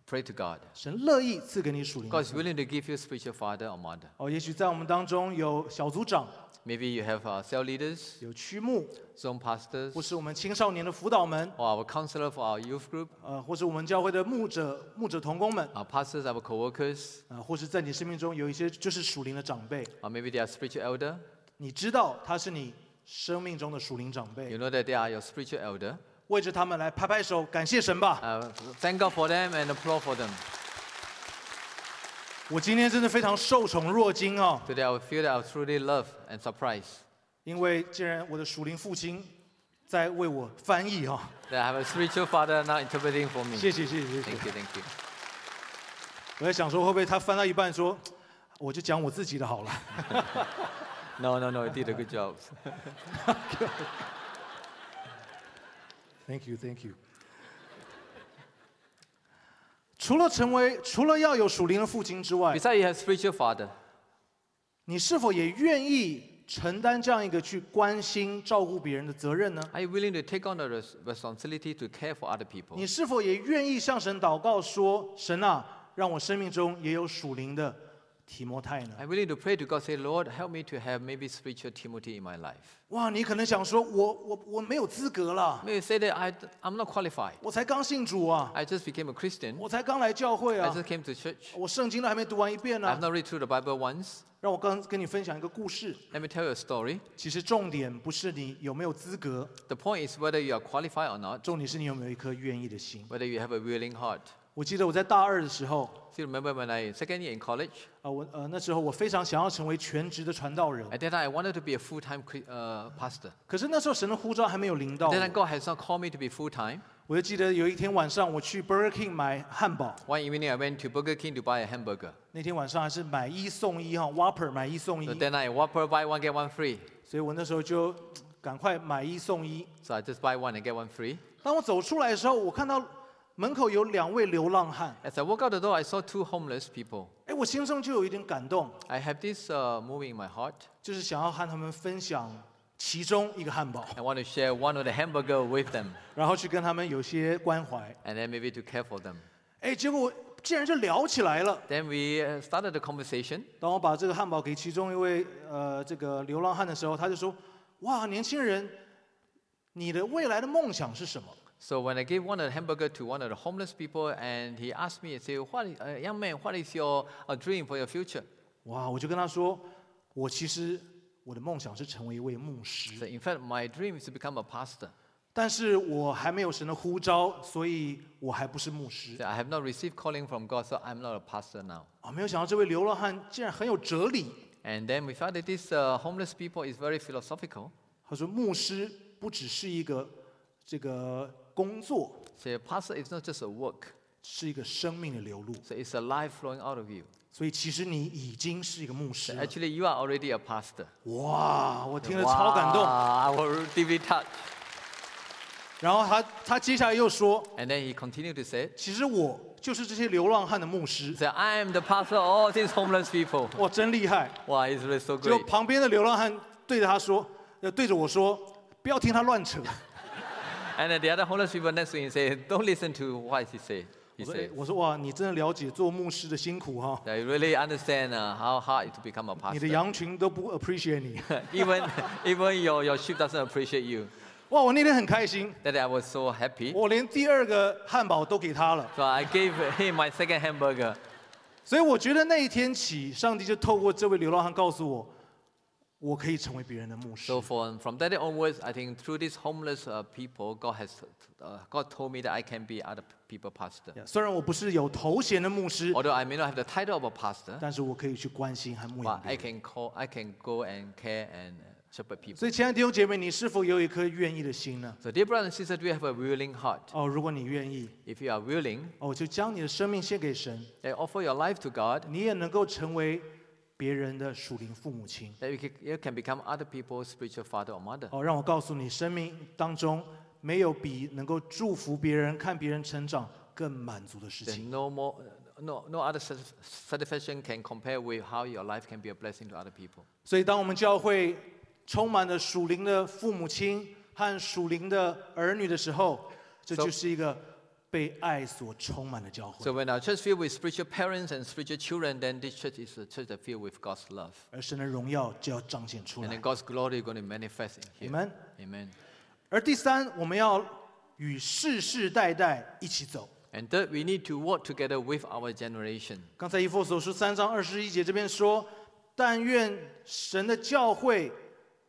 Speaker 2: pray to God.
Speaker 1: 神乐意赐给你属灵的
Speaker 2: God is willing to give you spiritual father or mother.
Speaker 1: 哦。也许在我们当中有小组长、
Speaker 2: Maybe you have uh, cell leaders,
Speaker 1: 有区牧，
Speaker 2: zone pastors,
Speaker 1: 或是我们青少年的辅导们，
Speaker 2: or our counselor for our youth group,
Speaker 1: 呃，或是我们教会的牧者、牧者同工们，
Speaker 2: our pastors, our co-workers,
Speaker 1: 啊、或是在你生命中有一些就是属灵的长辈，
Speaker 2: or maybe they are spiritual elder.
Speaker 1: 你知道他是你生命中的属灵长辈
Speaker 2: You。know that they are your spiritual elder.
Speaker 1: 为着他们来拍拍手，感谢神吧！
Speaker 2: Uh, thank God for them and applaud for them.
Speaker 1: 我今天真的非常受宠若惊哦，
Speaker 2: Today I will feel that I was truly loved and surprised
Speaker 1: 因为既然我的属灵父亲在为我翻译哦，
Speaker 2: that I have a spiritual father now interpreting for me.
Speaker 1: 谢谢谢谢谢谢
Speaker 2: Thank。you, thank you.
Speaker 1: 我在想说会不会他翻到一半说，我就讲我自己的好了。
Speaker 2: No, no, no, you did a good job.
Speaker 1: Thank you Thank you。除了成为除了要有属灵的父亲之外，
Speaker 2: Besides, you have spiritual father.
Speaker 1: 你是否也愿意承担这样一个去关心照顾别人的责任呢？
Speaker 2: Are you willing to take on the res- responsibility to care for other people?
Speaker 1: 你是否也愿意向神祷告说：“神啊，让我生命中也有属灵的提摩太呢
Speaker 2: I'm willing to pray to God, say, Lord, help me to have maybe spiritual Timothy in my life.？”
Speaker 1: 哇，你可能想说：“我我我没有资格啦，
Speaker 2: May you say that I, I'm not qualified.
Speaker 1: 我才刚信主啊，
Speaker 2: I just became a Christian.
Speaker 1: 我才刚来教会
Speaker 2: I
Speaker 1: 啊，
Speaker 2: just came to church.
Speaker 1: 我圣经都还没读完一遍呢、
Speaker 2: I've not read through the Bible once.
Speaker 1: 让我刚跟你分享一个故事。
Speaker 2: Let me tell you a story.
Speaker 1: 其实重点不是你有没有资格，
Speaker 2: The point is whether you are qualified or not,
Speaker 1: 重点是你有没有一颗愿意的心。
Speaker 2: whether you have a willing heart.
Speaker 1: 我记得我在大二的时候，
Speaker 2: Still remember when I second year in college,
Speaker 1: 啊、我呃那时候我非常想要成为全职的传道人，
Speaker 2: at that time I wanted to be a full-time cri- uh, pastor.
Speaker 1: 可是那时候神的呼召还没有临到
Speaker 2: At that time
Speaker 1: 我。
Speaker 2: God has not called me to be full-time.
Speaker 1: 我就记得有一天晚上，我去 Burger King 买汉堡，
Speaker 2: One evening I went to Burger King to buy a hamburger.
Speaker 1: 那天晚上还是买一送一哈，Whopper 买一送一
Speaker 2: So，then I Whopper buy one get one free.
Speaker 1: 所以我那时候就赶快买一送一。
Speaker 2: So I just buy one and get one free.
Speaker 1: 当我走出来的时候，我看到门口有两位流浪汉，
Speaker 2: As I walk out the door, I saw two homeless people.
Speaker 1: 哎，我我心中就有一点感动，
Speaker 2: I have this uh, moving in my heart.
Speaker 1: 就是想要和他们分享其中一个汉堡， (laughs)
Speaker 2: I want to share one of the hamburger with them,
Speaker 1: 然后去跟他们有些关怀。
Speaker 2: and then maybe to care for them.
Speaker 1: 哎，结果竟然就聊起来了。
Speaker 2: Then we uh, started the conversation.
Speaker 1: 当我把这个汉堡给其中一位呃这个流浪汉的时候，他就说：“哇，年轻人，你的未来的梦想是什么
Speaker 2: So when I gave one of the hamburger to one of the homeless people, and he asked me, he said, "What, is, uh, young man, what is your uh, dream for your future?"？”
Speaker 1: 哇，我就跟他说：“我其实我的梦想是成为一位牧师，
Speaker 2: So in fact, my dream is to become a pastor.
Speaker 1: 但是我还没有神的呼召，所以我还不是牧师。
Speaker 2: So I have not received calling from God, so I'm not a pastor now.
Speaker 1: 啊，没有想到这位流浪汉竟然很有哲理。
Speaker 2: And then we found that this uh, homeless people is very philosophical.
Speaker 1: 他说，牧师不只是一个这个工作，
Speaker 2: So pastor is not just a work.
Speaker 1: 是一个生命的流露。
Speaker 2: So it's a life flowing out of you.
Speaker 1: 所以其实你已经是一个牧师
Speaker 2: So
Speaker 1: 了。
Speaker 2: actually, you are already a pastor.
Speaker 1: 哇，我听了超感动。
Speaker 2: Wow, I was deeply touched.
Speaker 1: 然后他他接下来又说
Speaker 2: And then he continued to say,：“
Speaker 1: 其实我就是这些流浪汉的牧师
Speaker 2: he，said, I am the pastor of all these homeless people.
Speaker 1: 哇，真厉害！”
Speaker 2: Wow, it's really so
Speaker 1: 结果
Speaker 2: great.
Speaker 1: 旁边的流浪汉对着他说，呃，对着我说：“不要听他乱
Speaker 2: (laughs)
Speaker 1: 扯。
Speaker 2: And then the other homeless people next to him said, Don't listen to what he said. ”
Speaker 1: 我
Speaker 2: He
Speaker 1: 说哎
Speaker 2: said,：“
Speaker 1: 我说哇，你真的了解做牧师的辛苦哈、
Speaker 2: I really understand uh, how hard it is to become a
Speaker 1: 你的
Speaker 2: pastor.
Speaker 1: 羊群都不 appreciate 你。
Speaker 2: (laughs)
Speaker 1: (laughs)
Speaker 2: even (laughs) even your, your sheep doesn't appreciate you.
Speaker 1: 哇，我那天很开心，
Speaker 2: That I was so happy.
Speaker 1: 我连第二个汉堡都给他了。
Speaker 2: So I gave him my second hamburger.
Speaker 1: 所以我觉得那一天起，上帝就透过这位流浪汉告诉我，我可以成为别人的牧师
Speaker 2: So。from, from that day onwards, I think through these homeless uh, people, God has uh, God told me that I can be other people pastor.
Speaker 1: Yeah，虽然我不是有头衔的牧师，
Speaker 2: Although I may not have the title of a pastor,
Speaker 1: 但是我可以去关心和牧养
Speaker 2: but
Speaker 1: 别
Speaker 2: I
Speaker 1: 人。
Speaker 2: can call, I can go and care and shepherd people.
Speaker 1: 所以，亲爱的弟兄姐妹，你是否有一颗愿意的心呢？
Speaker 2: So dear brothers and sisters, do you have a willing heart?
Speaker 1: 哦，如果你愿意，
Speaker 2: If you are willing,
Speaker 1: 哦，就将你的生命献给神，
Speaker 2: then offer your life to God,
Speaker 1: 你也能够成为别人的属灵父母亲。
Speaker 2: that you can, you can become other people's spiritual father or mother.
Speaker 1: 哦，让我告诉你，生命当中没有比能够祝福别人、看别人成长更满足的事
Speaker 2: There's
Speaker 1: 情。
Speaker 2: no more, no, no other satis- satisfaction can compare with how your life can be a blessing to other people.
Speaker 1: 所以，当我们教会充满了属灵的父母亲和属灵的儿女的时候，这
Speaker 2: So-
Speaker 1: 就是一个被爱所充满的教会
Speaker 2: So。when our church filled with spiritual parents and spiritual children, then this church is a church that filled with God's love.
Speaker 1: 而神的荣耀就要彰显出
Speaker 2: And
Speaker 1: 来
Speaker 2: then。God's glory is going to manifest in here.
Speaker 1: Amen.
Speaker 2: Amen.
Speaker 1: 而第三，我们要与世世代代一起走。
Speaker 2: And third, we need to work together with our generation.
Speaker 1: 刚才以弗所书三章二十一节这边说：“但愿神的教会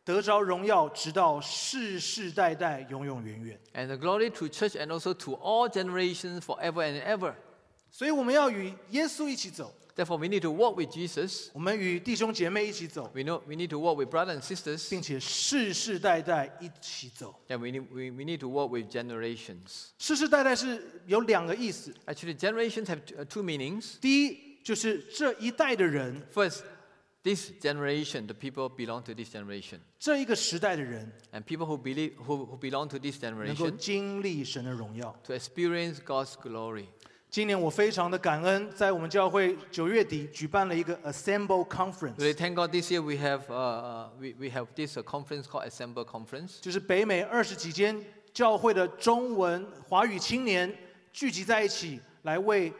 Speaker 1: 得着荣耀，直到世世代代，永永远远。
Speaker 2: And the glory to church and also to all generations forever and ever. ”
Speaker 1: 所以我们要与耶稣一起走，
Speaker 2: Therefore, we need to walk with Jesus.
Speaker 1: 我们与弟兄姐妹一起走，
Speaker 2: We know we need to walk with brothers and sisters.
Speaker 1: 并且世世代代一起走。
Speaker 2: And we need, we, we need to walk with generations.
Speaker 1: 世世代代是有两个意思，
Speaker 2: Actually, generations have t- uh, two meanings.
Speaker 1: 第一就是这一代的人，
Speaker 2: First, this generation, the people belong to this generation.
Speaker 1: 这一个时代的人
Speaker 2: And people who, believe, who, who belong to this
Speaker 1: 能够
Speaker 2: generation
Speaker 1: 经历神的荣耀。
Speaker 2: to experience God's glory.
Speaker 1: 今年我非常的感恩，在我们教会九月底举办了一个 Assemble
Speaker 2: Really,
Speaker 1: Conference，
Speaker 2: thank God this year we have, uh, uh, we, we have this uh, conference called Assemble Conference.
Speaker 1: 就是北美二十几间教会的中文华语青年聚集在一起，来为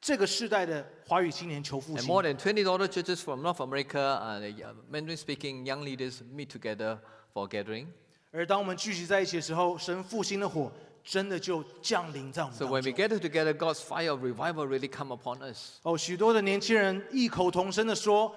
Speaker 1: 这个世代的华语青年求复
Speaker 2: And
Speaker 1: 兴
Speaker 2: more。than 20 daughter churches from North America, uh, the Mandarin speaking young leaders meet together for gathering.
Speaker 1: 而当我们聚集在一起的时候，神复兴的火真的就降临在我们
Speaker 2: So
Speaker 1: 当
Speaker 2: when we
Speaker 1: 中。
Speaker 2: gather together, God's fire of revival really come upon us.
Speaker 1: 哦，许多的年轻人异口同声的说，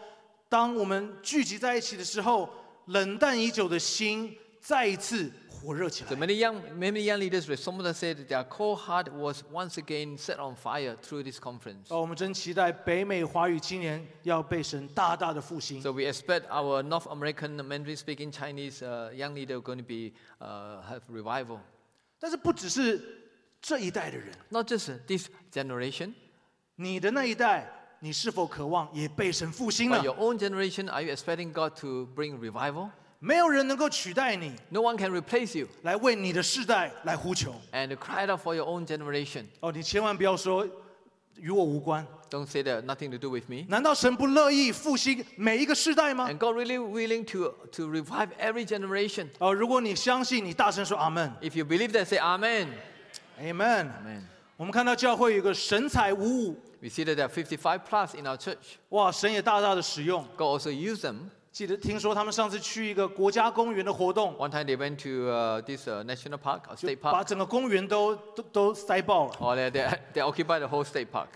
Speaker 1: 当我们聚集在一起的时候，冷淡已久的心再一次火热起来
Speaker 2: So。many young, many young leaders responded said their cold heart was once again set on fire through this conference.
Speaker 1: 哦，我们真期待北美华语青年要被神大大的复兴。
Speaker 2: So we expect our North American Mandarin speaking Chinese uh, young leader going to be uh, have revival.
Speaker 1: 但是不只是这一代的人，
Speaker 2: Not just this generation,
Speaker 1: 你的那一代，你是否渴望也被神复兴了？
Speaker 2: but your own generation. Are you expecting God to bring revival?
Speaker 1: 没有人能够取代你，
Speaker 2: No one can replace you.
Speaker 1: 来为你的世代来呼求。哦
Speaker 2: And cry out for your own generation.
Speaker 1: 哦，你千万不要说与我无关，
Speaker 2: Don't say that nothing to do with me.
Speaker 1: 难道神不乐意复兴每一个世代吗？
Speaker 2: And God really willing to, to revive every generation.
Speaker 1: 哦，如果你相信，你大声说阿门
Speaker 2: If you believe that, say Amen.
Speaker 1: ，Amen。
Speaker 2: Amen.
Speaker 1: 我们看到教会有一个神采五五，
Speaker 2: We see that there are 55 plus in our church.
Speaker 1: 哇，神也大大的使用。
Speaker 2: God also used them.
Speaker 1: 记得听说他们上次去一个国家公园的活动，
Speaker 2: One time they went to uh, this uh, national park or
Speaker 1: 就
Speaker 2: state
Speaker 1: 把
Speaker 2: park.
Speaker 1: 整个公园都都都塞爆了。
Speaker 2: Or they, they, they occupied the whole state park.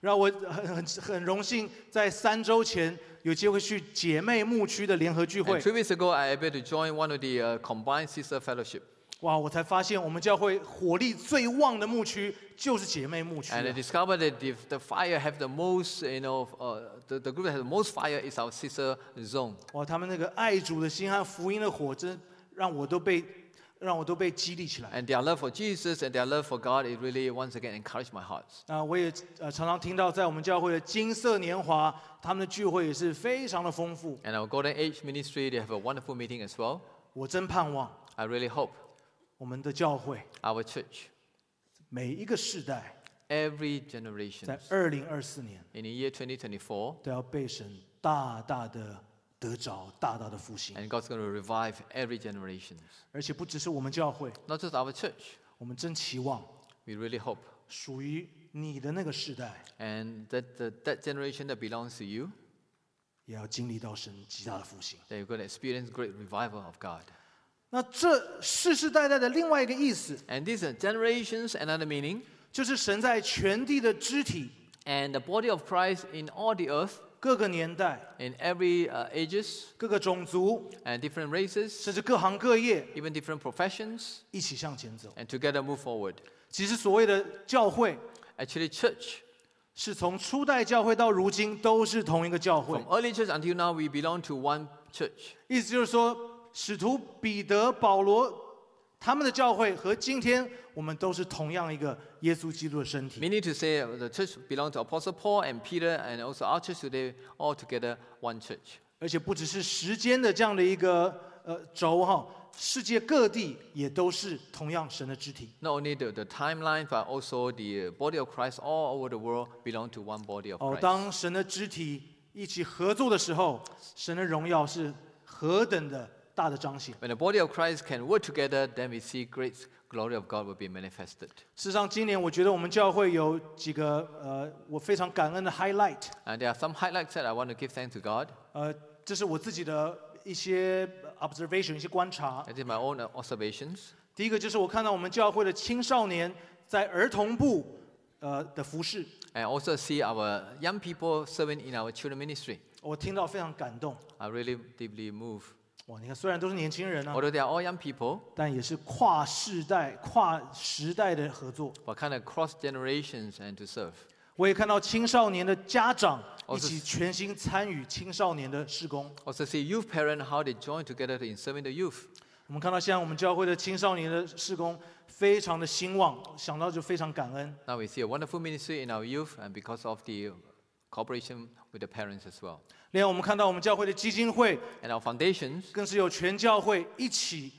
Speaker 1: 然后我很很很荣幸，在三周前有机会去姐妹牧区的联合聚
Speaker 2: And
Speaker 1: 会，
Speaker 2: three weeks ago, I able to join one of the uh, combined sister fellowship.
Speaker 1: 哇，我才发现我们教会火力最旺的牧区就是姐妹牧区啊、
Speaker 2: And I discovered that if the fire have the most, you know, uh, the, the group that has the most fire is our sister zone.
Speaker 1: 哇，他们那个爱主的心和福音的火，真让我都被让我都被激励起来。
Speaker 2: And their love for Jesus and their love for God, it really once again encouraged my heart.
Speaker 1: 那我也呃常常听到，在我们教会的金色年华，他们的聚会也是非常的丰富。
Speaker 2: And our Golden Age ministry, they have a wonderful meeting as well.
Speaker 1: 我真盼望
Speaker 2: I really hope
Speaker 1: 我们的教会
Speaker 2: our church,
Speaker 1: 每一个世代，
Speaker 2: every generation
Speaker 1: 在二零二四年
Speaker 2: in the year 2024,
Speaker 1: 都要被神大大的得着，大大的复兴。
Speaker 2: and God's going to revive every generation.
Speaker 1: 而且不只是我们教会，
Speaker 2: Not just our church,
Speaker 1: 我们真期望
Speaker 2: we really hope.
Speaker 1: 属于你的那个世代，
Speaker 2: And that, that, that generation that belongs to you,
Speaker 1: 也要经历到神极大的复兴。
Speaker 2: that you're going to experience great revival of God.
Speaker 1: 那这世世代代的另外一个意思，
Speaker 2: And these are generations, another meaning.
Speaker 1: 就是神在全地的肢体，
Speaker 2: And the body of Christ in all the earth,
Speaker 1: 各个年代、
Speaker 2: in every uh, ages,
Speaker 1: 各个种族，
Speaker 2: and different races,
Speaker 1: 甚至各行各业
Speaker 2: even different professions,
Speaker 1: 一起向前走。
Speaker 2: and together move forward.
Speaker 1: 其实所谓的教会，
Speaker 2: Actually, church,
Speaker 1: 是从初代教会到如今都是同一个教会
Speaker 2: from，early church until now, we belong to one church.
Speaker 1: 意思就是说，使徒彼得、保罗他们的教会和今天我们都是同样一个耶稣基督的身体。
Speaker 2: Meaning to say, uh, the church belongs to Apostle Paul and Peter, and also our church today, all together one church.
Speaker 1: 而且不只是时间的这样的一个呃轴哈，世界各地也都是同样神的肢体。
Speaker 2: Not only the, the timeline, but also the uh, body of Christ all over the world belong to one body of
Speaker 1: 哦，
Speaker 2: Christ.
Speaker 1: 当神的肢体一起合作的时候，神的荣耀是何等的大的彰显。
Speaker 2: When the body of Christ can work together, then we see great glory of God will be manifested.
Speaker 1: 事实上，今年我觉得我们教会有几个呃，我非常感恩的 highlight。
Speaker 2: And there are some highlights that I want to give thanks to God.
Speaker 1: 呃，这是我自己的一些呃 observation，一些观察。
Speaker 2: I did my own uh, observations.
Speaker 1: 第一个就是我看到我们教会的青少年在儿童部呃的服饰，
Speaker 2: I also see our young people serving in our children ministry.
Speaker 1: 我听到非常感动。
Speaker 2: I really deeply moved.
Speaker 1: 哇，你看，虽然都是年轻人啊，
Speaker 2: Although they are all young people,
Speaker 1: 但也是跨世代、跨时代的合作。
Speaker 2: but kind of cross generations and to serve.
Speaker 1: 我也看到青少年的家长
Speaker 2: 哦
Speaker 1: 一
Speaker 2: 是
Speaker 1: 起全心参与青少年的施工。
Speaker 2: Also see youth parents how they join together in serving the youth.
Speaker 1: 我们看到现在我们教会的青少年的施工非常的兴旺，想到就非常感恩。
Speaker 2: Now we see a wonderful ministry in our youth, and because of the cooperation with the parents as well.
Speaker 1: 另外，我们看到我们教会的基金会
Speaker 2: And our foundations
Speaker 1: 更是有全教会一起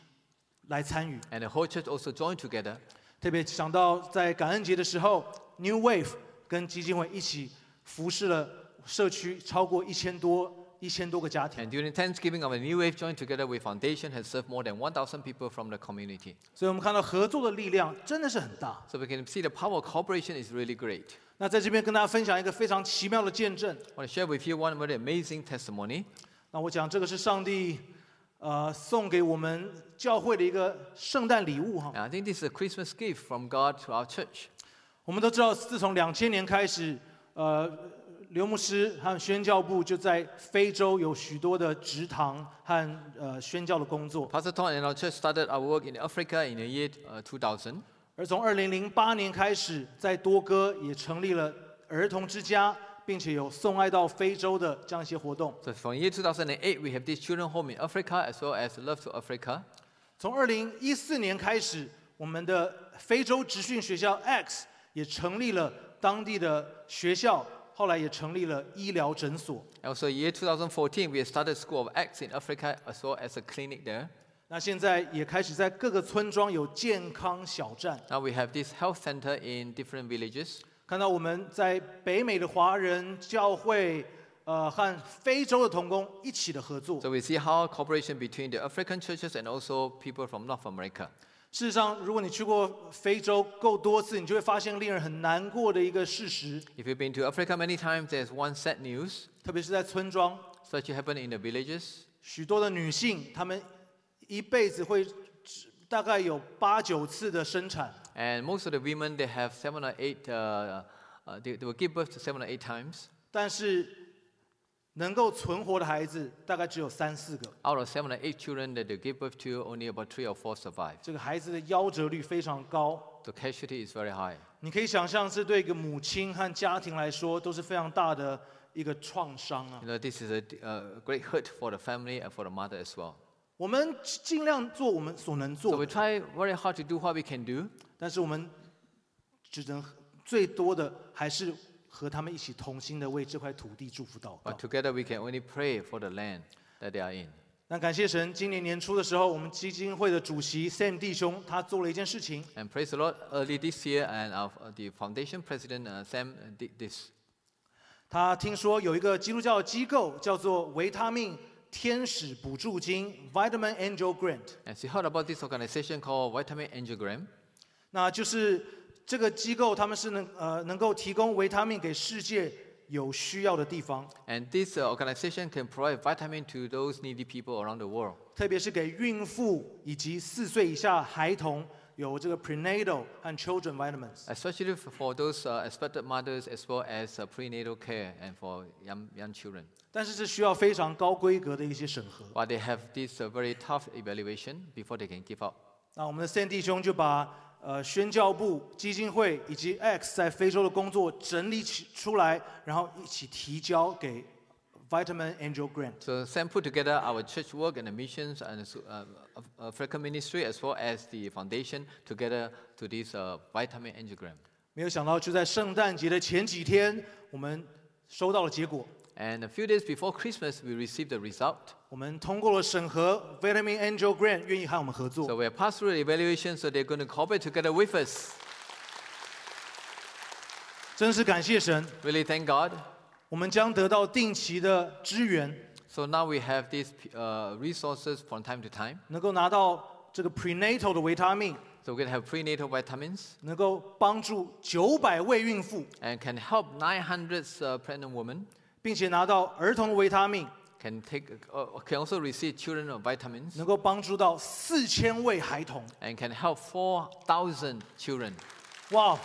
Speaker 1: 来参与。
Speaker 2: and the whole church also join together.
Speaker 1: 特别想到在感恩节的时候，New Wave 跟基金会一起服侍了社区超过一千多一千多个家庭。
Speaker 2: And during Thanksgiving, our new wave joined together with foundation has served more than 1,000 people from the community.
Speaker 1: 所以我们看到合作的力量真的是很大。
Speaker 2: So we can see the power of cooperation is really great.
Speaker 1: 那在这边跟大家分享一个非常奇妙的见证。
Speaker 2: I want to share with you one very amazing testimony.
Speaker 1: 那我讲这个是上帝，呃，送给我们教会的一个圣诞礼物哈。
Speaker 2: And I think this is a Christmas gift from God to our church.
Speaker 1: 我们都知道，自从两千年开始，呃，刘牧师和宣教部就在非洲有许多的职堂和呃宣教的工作。
Speaker 2: Pastor Tom and our church started our work in Africa in the year uh, 2000.
Speaker 1: 而从二零零八年开始，在多哥也成立了儿童之家，并且有送爱到非洲的这样一些活动。
Speaker 2: So from year 2008, we have this children home in Africa as well as Love to Africa.
Speaker 1: 从二零一四年开始，我们的非洲职训学校 X 也成立了当地的学校，后来也成立了医疗诊所。
Speaker 2: And also year 2014, we started School of Acts in Africa as well as a clinic there.
Speaker 1: 那现在也开始在各个村庄有健康小站，
Speaker 2: Now we have this health center in different villages.
Speaker 1: 看到我们在北美的华人教会，呃，和非洲的童工一起的合作。
Speaker 2: So we see how cooperation between the African churches and also people from North America.
Speaker 1: 事实上，如果你去过非洲够多次，你就会发现令人很难过的一个事实，
Speaker 2: If you've been to Africa many times, there's one sad news.
Speaker 1: 特别是在村庄，
Speaker 2: Such happened in the villages.
Speaker 1: 许多的女性，她们一辈子会只大概有八九次的生产，
Speaker 2: And most of the women, they have seven or eight, uh, uh, they, they will give birth to seven or eight times.
Speaker 1: 但是能够存活的孩子大概只有三四个。
Speaker 2: Out of seven or eight children that they give birth to, only about three or four survive.
Speaker 1: 这个孩子的夭折率非常高。
Speaker 2: The casualty is very high.
Speaker 1: 你可以想象，这对一个母亲和家庭来说都是非常大的一个创伤啊
Speaker 2: You。know, this is a d- uh, great hurt for the family and for the mother as well.
Speaker 1: 我们尽量做我们所能
Speaker 2: So
Speaker 1: 做
Speaker 2: we
Speaker 1: 的，
Speaker 2: try very hard to do what we can do,
Speaker 1: 但是我们只能最多的还是和他们一起同心的为这块土地祝福祷
Speaker 2: but
Speaker 1: 告。
Speaker 2: together we can only pray for the land that they are in.
Speaker 1: 那感谢神，今年年初的时候，我们基金会的主席 Sam 弟兄他做了一件事情，
Speaker 2: And praise the Lord, early this year, and our, uh, the foundation president, uh, Sam, uh, did this.
Speaker 1: 他听说有一个基督教机构叫做维他命天使补助金 （Vitamin Angel Grant）。
Speaker 2: And she heard about this organization called Vitamin Angiogram.
Speaker 1: 那就是这个机构，他们是能呃能够提供维他命给世界有需要的地方，
Speaker 2: And this uh, organization can provide vitamin to those needy people around the world,
Speaker 1: 特别是给孕妇以及四岁以下孩童有这个 prenatal 和 children vitamins。
Speaker 2: especially f- for those uh, expected mothers as well as uh, prenatal care and for young, young children.
Speaker 1: 但是这需要非常高规格的一些审核。
Speaker 2: But they have this uh, very tough evaluation before they can give up.
Speaker 1: 那我们的 Sam 弟兄就把呃宣教部基金会以及 X 在非洲的工作整理起出来，然后一起提交给 Vitamin Angel Grant。
Speaker 2: So Sam put together our church work and the missions and so- uh, Af- African ministry as well as the foundation together to this uh, vitamin angiogram.
Speaker 1: 没有想到就在圣诞节的前几天，我们收到了结果。
Speaker 2: And a few days before Christmas, we received the result.
Speaker 1: 我们通过了审核，Vitamin Angel Grant 愿意和我们合
Speaker 2: So
Speaker 1: 作。
Speaker 2: we have passed through the evaluation, so they're going to cooperate together with us.
Speaker 1: 真是感谢神，
Speaker 2: Really thank God.
Speaker 1: 我们将得到定期的支援，
Speaker 2: So now we have these p- uh, resources from time to time.
Speaker 1: 能够拿到这个 prenatal 的维他命，
Speaker 2: So we can have prenatal vitamins
Speaker 1: 能够帮助九百位孕妇，
Speaker 2: and can help 900 uh, pregnant women.
Speaker 1: 并且拿到儿童维他命，
Speaker 2: Can take uh, can also receive children of vitamins
Speaker 1: 能够帮助到四千位孩童。
Speaker 2: and can help 4,000 children.
Speaker 1: 哇！哦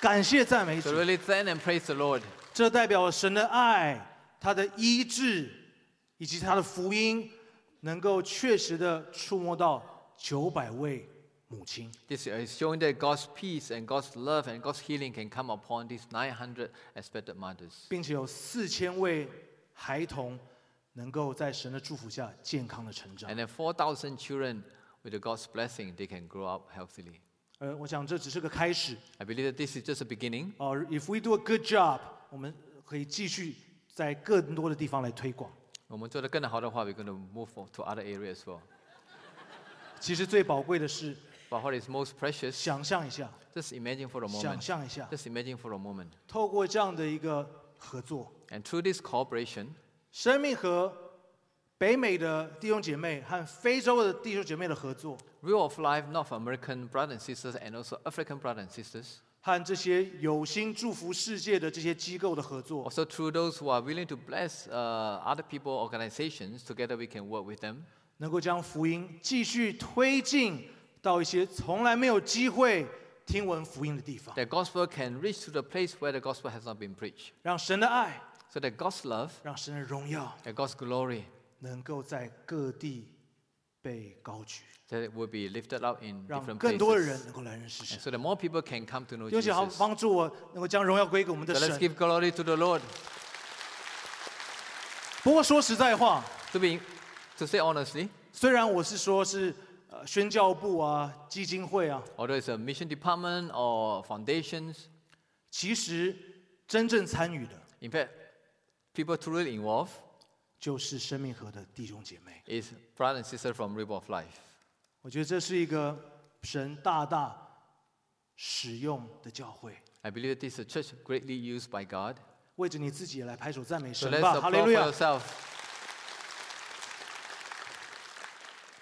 Speaker 1: 感谢赞美
Speaker 2: So
Speaker 1: 主，
Speaker 2: really thank and praise the Lord.
Speaker 1: 这代表神的爱、他的医治以及他的福音，能够确实的触摸到九百位母亲。
Speaker 2: This is showing that God's peace and God's love and God's healing can come upon these 900 expected mothers.
Speaker 1: 并且有四千位孩童能够在神的祝福下健康的成长。
Speaker 2: And then 4,000 children with the God's blessing, they can grow up healthily.
Speaker 1: 呃，我想这只是个开始
Speaker 2: I believe that this is just a beginning.
Speaker 1: 哦。if we do a good job，我们可以继续在更多的地方来推广。
Speaker 2: 我们做得更好的话，we're going to move on to other areas as well.
Speaker 1: 其实最宝贵的是，
Speaker 2: But what is most precious,
Speaker 1: 想象一下，
Speaker 2: just imagine for a
Speaker 1: 想
Speaker 2: moment.
Speaker 1: 象一下，
Speaker 2: Just imagine for a moment.
Speaker 1: 透过这样的一个合作，
Speaker 2: And through this cooperation,
Speaker 1: 生命和北美的弟兄姐妹和非洲的弟兄姐妹的合作，
Speaker 2: Real of Life North American brothers and sisters and also African brothers and sisters,
Speaker 1: 和这些有心祝福世界的这些机构的合作，
Speaker 2: also through those who are willing to bless uh, other people, organizations, together we can work with them
Speaker 1: 能够将福音继续推进到一些从来没有机会听闻福音的地方，
Speaker 2: The gospel can reach to the place where the gospel has not been preached.
Speaker 1: 让神的爱，
Speaker 2: So that God's love,
Speaker 1: 让神的荣耀
Speaker 2: that God's glory,
Speaker 1: 能够在各地被高举，
Speaker 2: that it will be lifted up in
Speaker 1: 让
Speaker 2: different
Speaker 1: 更多的人
Speaker 2: places.
Speaker 1: 能够来认识神
Speaker 2: And。so that more people can come to know
Speaker 1: 有请好
Speaker 2: Jesus.
Speaker 1: 帮助我能够将荣耀归给我们的
Speaker 2: So
Speaker 1: 神。
Speaker 2: let's give glory to the Lord.
Speaker 1: 不过说实在话，
Speaker 2: To be, to say honestly,
Speaker 1: 虽然我是说是呃宣教部啊、基金会啊，
Speaker 2: although it's a mission department or foundations,
Speaker 1: 其实真正参与的
Speaker 2: in fact, people truly involved
Speaker 1: 就是生命河的弟兄姐妹。
Speaker 2: is brother and sister from River of Life.
Speaker 1: 我觉得这是一个神大大使用的教会，
Speaker 2: I believe that this is a church greatly used by God.
Speaker 1: 为着你自己也来拍手赞美
Speaker 2: So
Speaker 1: 神
Speaker 2: let's
Speaker 1: 吧，哈
Speaker 2: applaud
Speaker 1: 利
Speaker 2: for
Speaker 1: 路亚！
Speaker 2: yourself.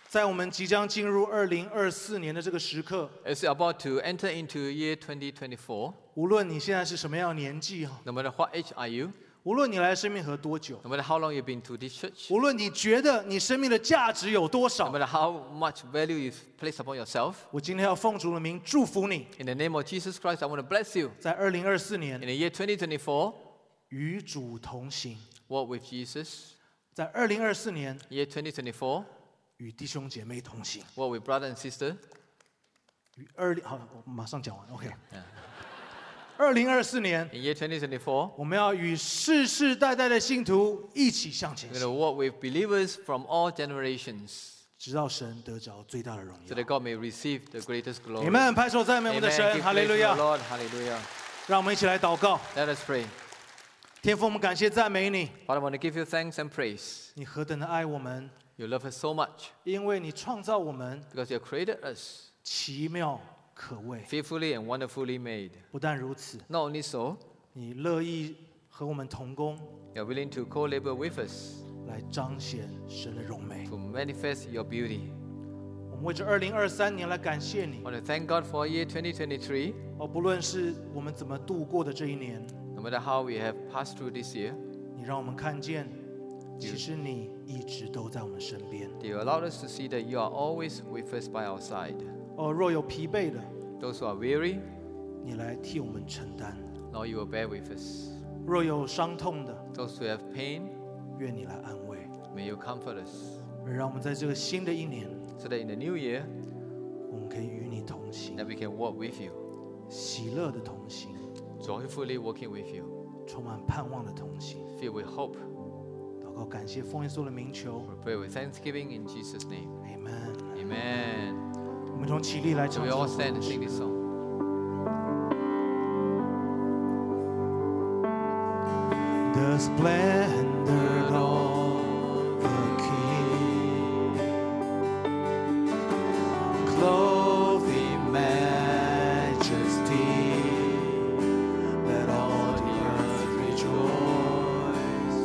Speaker 1: 在我们即将进入二零二四年的这个时刻，
Speaker 2: As you're about to enter into year 2024,
Speaker 1: 无论你现在是什么样的年纪哈，
Speaker 2: no matter what age are you,
Speaker 1: 无论你来生命河多久，
Speaker 2: no matter how long you've been to this church,
Speaker 1: 无论你觉得你生命的价值有多
Speaker 2: no
Speaker 1: 少，
Speaker 2: matter how much value you've placed upon yourself,
Speaker 1: 我今天要奉主的名祝福你，
Speaker 2: in the name of Jesus Christ, I want to bless you.
Speaker 1: 在二零二四
Speaker 2: In
Speaker 1: 年
Speaker 2: the year 2024,
Speaker 1: 与主同行，
Speaker 2: walk with Jesus.
Speaker 1: 在二零二四年
Speaker 2: Year 2024,
Speaker 1: 与弟兄姐妹同行，
Speaker 2: walk with brother and sister.
Speaker 1: 与二零好，我马上讲完，OK。二零二四年，
Speaker 2: In year 2024,
Speaker 1: 我们要与世世代代的信徒一起向前
Speaker 2: we're
Speaker 1: 行
Speaker 2: going to walk with believers from all generations
Speaker 1: 直到神得着最大的荣
Speaker 2: so
Speaker 1: 耀。
Speaker 2: that God may receive the greatest glory.
Speaker 1: 你们拍手赞美我
Speaker 2: Amen.
Speaker 1: 们的
Speaker 2: Give praise
Speaker 1: 神，哈利
Speaker 2: to
Speaker 1: 路
Speaker 2: the
Speaker 1: 亚！
Speaker 2: Lord. Hallelujah.
Speaker 1: 让我们一起来祷告，
Speaker 2: Let us pray.
Speaker 1: 天父，我们感谢赞美你，
Speaker 2: Father, I want to give you thanks and praise.
Speaker 1: 你何等的爱我们，
Speaker 2: You love us so much
Speaker 1: 因为你创造我们
Speaker 2: because you have created us
Speaker 1: 奇妙可畏。
Speaker 2: fearfully and wonderfully made.
Speaker 1: 不但如此，
Speaker 2: Not only so,
Speaker 1: 你乐意和我们同工，
Speaker 2: you're willing to co labor with us
Speaker 1: 来彰显神的荣美。
Speaker 2: to manifest your beauty.
Speaker 1: 我们为这二零二三年来感谢你
Speaker 2: I。want to thank God for year 2023.
Speaker 1: 而不论是我们怎么度过的这一年，
Speaker 2: No matter how we have passed through this year,
Speaker 1: 你让我们看见，其实你一直都在我们身边。
Speaker 2: that you allowed us to see that you are always with us by our side.
Speaker 1: 哦，若有疲惫的，
Speaker 2: Those who are weary,
Speaker 1: 你来替我们承担；
Speaker 2: Lord, you will bear with us.
Speaker 1: 若有伤痛的，
Speaker 2: Those who have pain,
Speaker 1: 愿你来安慰。
Speaker 2: may you comfort us.
Speaker 1: 而让我们在这个新的一年，
Speaker 2: So that in the new year,
Speaker 1: 我们可以与你同行，
Speaker 2: that we can walk with you,
Speaker 1: 喜乐的同行，
Speaker 2: joyfully walking with you,
Speaker 1: 充满盼望的同行。
Speaker 2: filled with hope.
Speaker 1: 祷告，感谢奉耶稣的名求
Speaker 2: We pray with thanksgiving in Jesus' name.
Speaker 1: ，Amen。
Speaker 2: Amen.
Speaker 1: 我们从起立来
Speaker 2: So
Speaker 1: 唱
Speaker 2: we
Speaker 1: 这
Speaker 2: all
Speaker 1: 首歌
Speaker 2: stand and sing this song.
Speaker 1: The splendor of the King, clothed in majesty, let all the earth rejoice,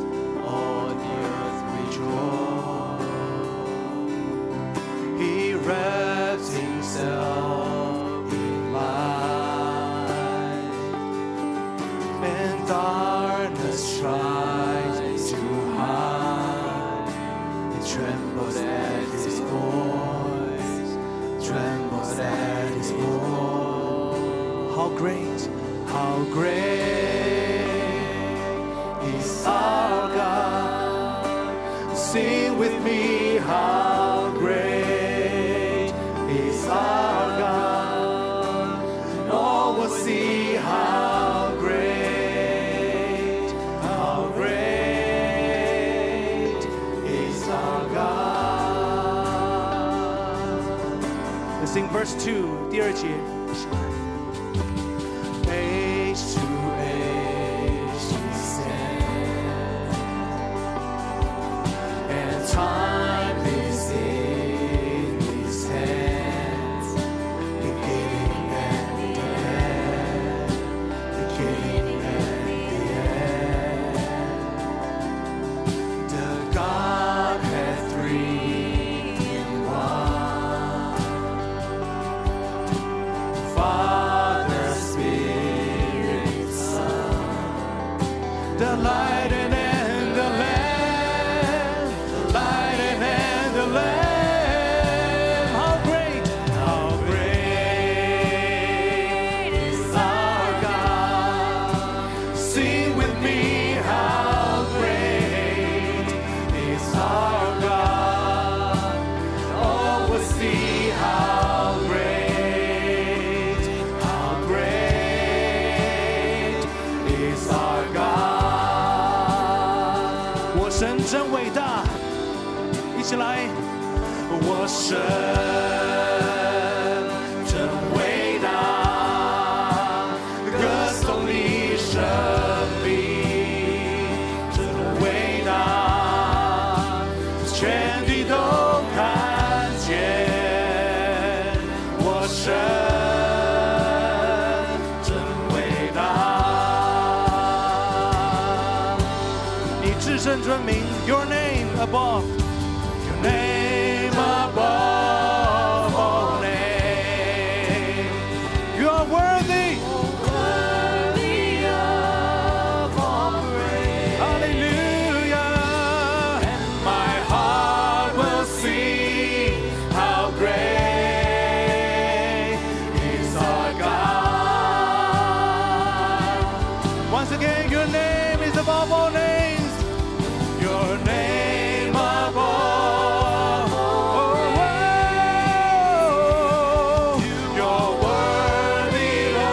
Speaker 1: all the earth rejoice. He wraps himself in light and darkness tries to hide. It trembles at his voice, trembles at his voice. How great, how great is our God. Sing with me, how great is our God and all will see how great, how great is our God. Let's sing verse 2, 第二节. Age to age he stands, and time is in his hands. Beginning and the end, beginning and the end. The Godhead three in one. Father, Spirit, Son. The light and the lamb, light and the lamb. How great, how great is our God. Sing with me, how great is our God. Oh, we'll see how great, how great is our God. 我神真伟大，一起来。我神真伟大，歌颂你生命真伟大，全地都看见我神真伟圣尊名，Your name above。Your name above all name. You are worthy. Hallelujah. And my heart will sing how great is our God. Once again, your name is above all names. Your name above all. You're worthy of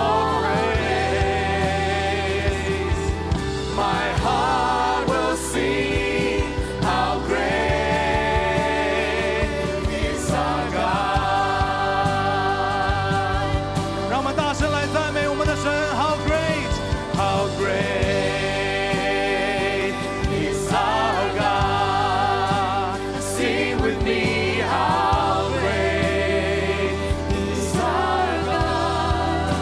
Speaker 1: all praise. My heart will sing how great is our God。让我们大声来赞美我们的神，How great, how great is our God。Sing with me, how great is our God。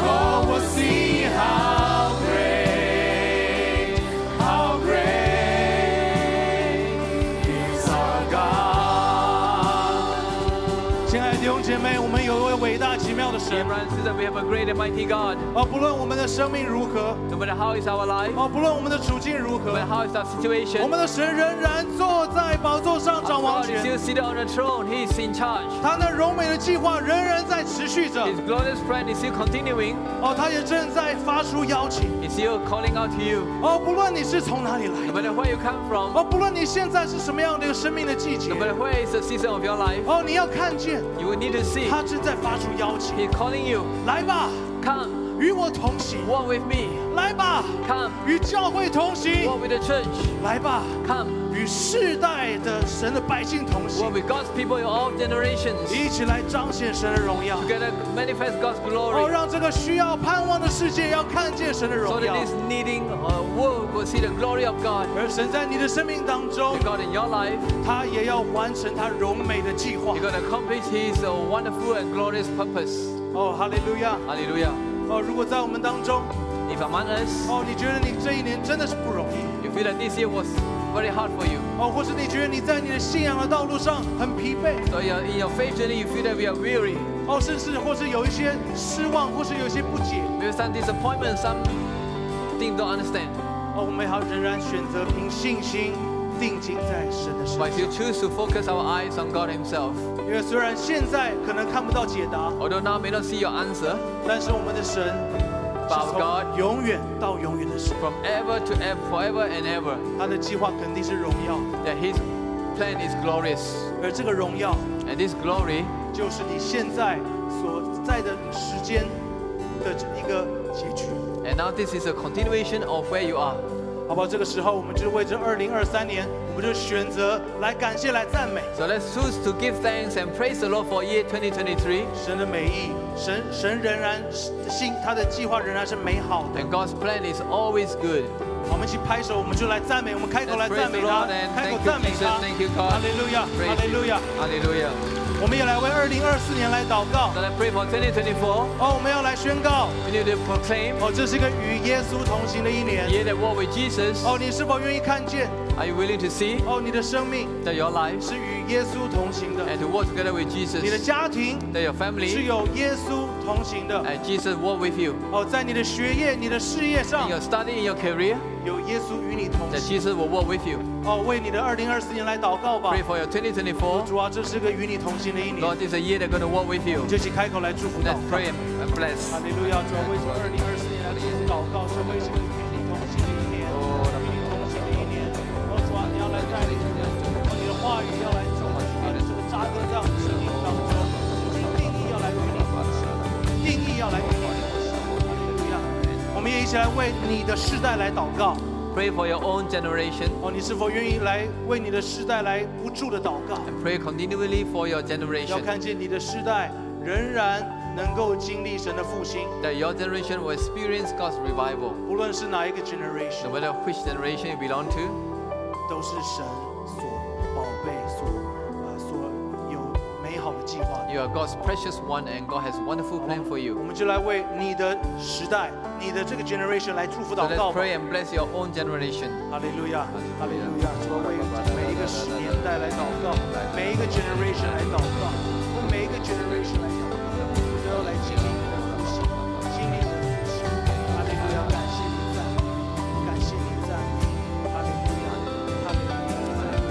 Speaker 1: Oh, we'll see how great, how great is our God. 亲爱的弟兄姐妹，我们有一位伟大奇妙的
Speaker 2: Dear
Speaker 1: 神。
Speaker 2: brothers and sisters, we have a great and mighty God.
Speaker 1: 哦，不论我们的生命如何，
Speaker 2: No matter how is our life, no
Speaker 1: 哦，不论我们的处境如何
Speaker 2: matter，how is our
Speaker 1: 我
Speaker 2: situation,
Speaker 1: 们的神仍然坐在宝座上
Speaker 2: our
Speaker 1: 掌王
Speaker 2: God is
Speaker 1: 权，
Speaker 2: still seated on the throne. He is in charge.
Speaker 1: 他那柔美的计划仍然在持续着。
Speaker 2: His glorious plan is still continuing.
Speaker 1: 哦，他也正在发出邀请。
Speaker 2: He's still calling out to you.
Speaker 1: 哦，不论你是从哪里来
Speaker 2: No
Speaker 1: 的，
Speaker 2: matter where you come from,
Speaker 1: 哦，不论你现在是什么样的一个生命的季节
Speaker 2: no，matter where is the season of your life,
Speaker 1: 哦，你要看见
Speaker 2: you will need to see.
Speaker 1: 他正在发出邀请。
Speaker 2: He's calling you.
Speaker 1: 来吧，
Speaker 2: Come,
Speaker 1: 与我同行；
Speaker 2: walk with me.
Speaker 1: 来吧，
Speaker 2: Come,
Speaker 1: 与教会同行；
Speaker 2: walk with the church.
Speaker 1: 来吧，
Speaker 2: Come,
Speaker 1: 与世代的神的百姓同
Speaker 2: walk
Speaker 1: 行，
Speaker 2: with God's people in all generations.
Speaker 1: 一起来彰显神的荣耀。
Speaker 2: Together manifest God's
Speaker 1: 哦，
Speaker 2: glory.
Speaker 1: 让这个需要盼望的世界要看见神的
Speaker 2: So
Speaker 1: 荣
Speaker 2: that
Speaker 1: 耀，
Speaker 2: this needing uh, world will see the glory of God.
Speaker 1: 而神在你的生命当中
Speaker 2: And，God in your life,
Speaker 1: 他也要完成他柔美的计划
Speaker 2: you're。going to accomplish His uh, wonderful and glorious purpose.
Speaker 1: 哦，哈利路亚！
Speaker 2: Hallelujah.
Speaker 1: 哦，如果在我们当中，
Speaker 2: If among us
Speaker 1: 哦，你觉得你这一年真的是不容易，
Speaker 2: you feel that this year was very hard for you,
Speaker 1: 哦，或是你觉得你在你的信仰的道路上很疲惫，
Speaker 2: so you're, in your faith journey you feel that we are weary,
Speaker 1: 哦，甚至或是有一些失望，或是有一些不解，
Speaker 2: maybe some disappointment, some things don't understand.
Speaker 1: 哦，我们还仍然选择凭信心定睛在神的身
Speaker 2: But if
Speaker 1: 上。
Speaker 2: you choose to focus our eyes on God Himself,
Speaker 1: 因为虽然现在可能看不到解答，
Speaker 2: although now may not see your answer,
Speaker 1: 但是我们的神是
Speaker 2: But
Speaker 1: 从
Speaker 2: God-
Speaker 1: 永远到永远的神，
Speaker 2: from ever to ever, forever and ever,
Speaker 1: 他的计划肯定是荣耀，
Speaker 2: that His plan is glorious.
Speaker 1: 而这个荣耀
Speaker 2: And this glory
Speaker 1: 就是你现在所在的时间的一个结局，
Speaker 2: And now this is a continuation of where you are.
Speaker 1: 好不好？这个时候，我们就为这二零二三年，我们就选择来感谢、来赞美
Speaker 2: So let's choose to give thanks and praise the Lord for year 2023.
Speaker 1: 神的美意，神神仍然心他的计划仍然是美好的。
Speaker 2: And God's plan is always good.
Speaker 1: 我们一起拍手，我们就来赞美，我们开口来
Speaker 2: Let's
Speaker 1: 赞
Speaker 2: praise
Speaker 1: 美
Speaker 2: the
Speaker 1: 他
Speaker 2: Lord，and
Speaker 1: 开口
Speaker 2: thank
Speaker 1: 赞
Speaker 2: you
Speaker 1: 美
Speaker 2: Jesus,
Speaker 1: 他。
Speaker 2: thank you God.
Speaker 1: 哈利路亚，哈
Speaker 2: Praise
Speaker 1: 利
Speaker 2: you.
Speaker 1: 路亚。
Speaker 2: Hallelujah.
Speaker 1: 我们也来为二零二四年来祷告
Speaker 2: So。let's pray for 2024.
Speaker 1: 哦，我们要来宣告，
Speaker 2: We need to proclaim
Speaker 1: 哦，这是一个与耶稣同行的一年
Speaker 2: a。year that walk with Jesus.
Speaker 1: 哦，你是否愿意看见？
Speaker 2: Are you willing to see
Speaker 1: 哦，你的生命
Speaker 2: that your life
Speaker 1: 是与耶稣同行的，
Speaker 2: and to walk together with
Speaker 1: 你的
Speaker 2: Jesus,
Speaker 1: 家庭
Speaker 2: that your
Speaker 1: 是
Speaker 2: family
Speaker 1: 有耶稣同行的。
Speaker 2: and Jesus walk with you.
Speaker 1: 哦，在你的学业、你的事业
Speaker 2: In
Speaker 1: 上
Speaker 2: your study, in your career,
Speaker 1: 有耶稣与你同
Speaker 2: that
Speaker 1: 行。
Speaker 2: Jesus will walk with you.
Speaker 1: 哦，为你的二零二四年来祷告吧
Speaker 2: Pray。for your 2024.
Speaker 1: 主啊，这是个与你同行的一年，
Speaker 2: Lord, this is a year that's going to walk with you.
Speaker 1: 就请开口来祝福祷
Speaker 2: Let's
Speaker 1: 告。
Speaker 2: pray and bless.
Speaker 1: 哈利路亚！主要为这二零二四年来祝福祷告，是为这个与你同行的一年，与你同行的一年。哦，主啊，你要来带领我们，哦，你的话语要来充满我们这个扎根在我们生命当中，我们定义要来与你同行，定义要来与你同行。哈利路亚！我们也一起来为你的世代来祷告。
Speaker 2: Pray for your own generation
Speaker 1: 哦，你是否愿意来为你的世代来不住的祷告？
Speaker 2: and pray continually for your
Speaker 1: 要
Speaker 2: generation.
Speaker 1: 看见你的世代仍然能够经历神的复兴，
Speaker 2: That your generation will experience God's revival.
Speaker 1: 不论是哪一个
Speaker 2: No
Speaker 1: generation。
Speaker 2: matter which generation you belong to,
Speaker 1: 都是神所宝贝、所呃所有美好的计划。
Speaker 2: You are God's precious one, and God has a wonderful plan for
Speaker 1: 我
Speaker 2: you.
Speaker 1: 们就来为你的时代、你的这个 generation 来祝福
Speaker 2: So
Speaker 1: 祷告
Speaker 2: let's
Speaker 1: 吧。
Speaker 2: pray and bless your own generation.
Speaker 1: 哈利路亚，哈利路亚！主啊，为每一个时年代来祷告，每一个 generation 来祷告，为每一个 generation 来祷告，我都要来经历你的复兴，经历你的复兴。哈利路亚！感谢你赞美，感谢你赞美，哈利路亚，哈利路亚，赞美赞美，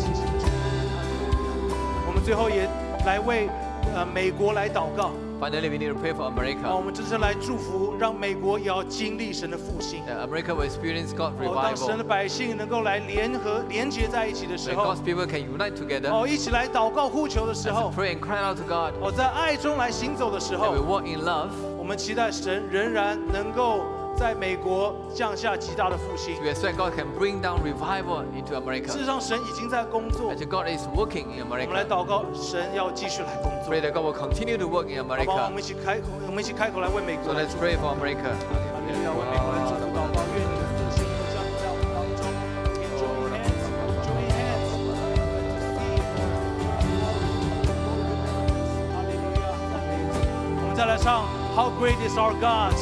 Speaker 1: 谢谢主，哈利路亚。我们最后也来为呃美国来祷告，
Speaker 2: Finally, we need to pray for
Speaker 1: 啊，我
Speaker 2: America.
Speaker 1: 们这次来祝福，让美国也要经历神的复兴。
Speaker 2: That America will experience God's
Speaker 1: 哦，当神的
Speaker 2: revival.
Speaker 1: 百姓能够来联合、连结在一起的时
Speaker 2: When
Speaker 1: 候
Speaker 2: God's，people can unite together
Speaker 1: 哦，一起来祷告呼求的时
Speaker 2: and
Speaker 1: 候，
Speaker 2: pray and cry out to God,
Speaker 1: 哦，在爱中来行走的时
Speaker 2: that we
Speaker 1: 候，
Speaker 2: walk in love.
Speaker 1: 我们期待神仍然能够在美国降下极大的复兴。
Speaker 2: We expect God can bring down revival into
Speaker 1: 事实
Speaker 2: America.
Speaker 1: 上，神已经在工作。
Speaker 2: Actually, God is working in
Speaker 1: 我们来
Speaker 2: America.
Speaker 1: 祷告，神要继续来工作
Speaker 2: Pray。that God will continue to work in
Speaker 1: 好吧，我们
Speaker 2: America.
Speaker 1: 一起开口，我们一起开口来为美
Speaker 2: So
Speaker 1: 国来
Speaker 2: let's
Speaker 1: 祝
Speaker 2: pray for America.
Speaker 1: 我们要为美国人祝福祷告，愿你的复兴降临在我们当中。Join hands, join hands, Hallelujah. 我们再来唱 How great is our God?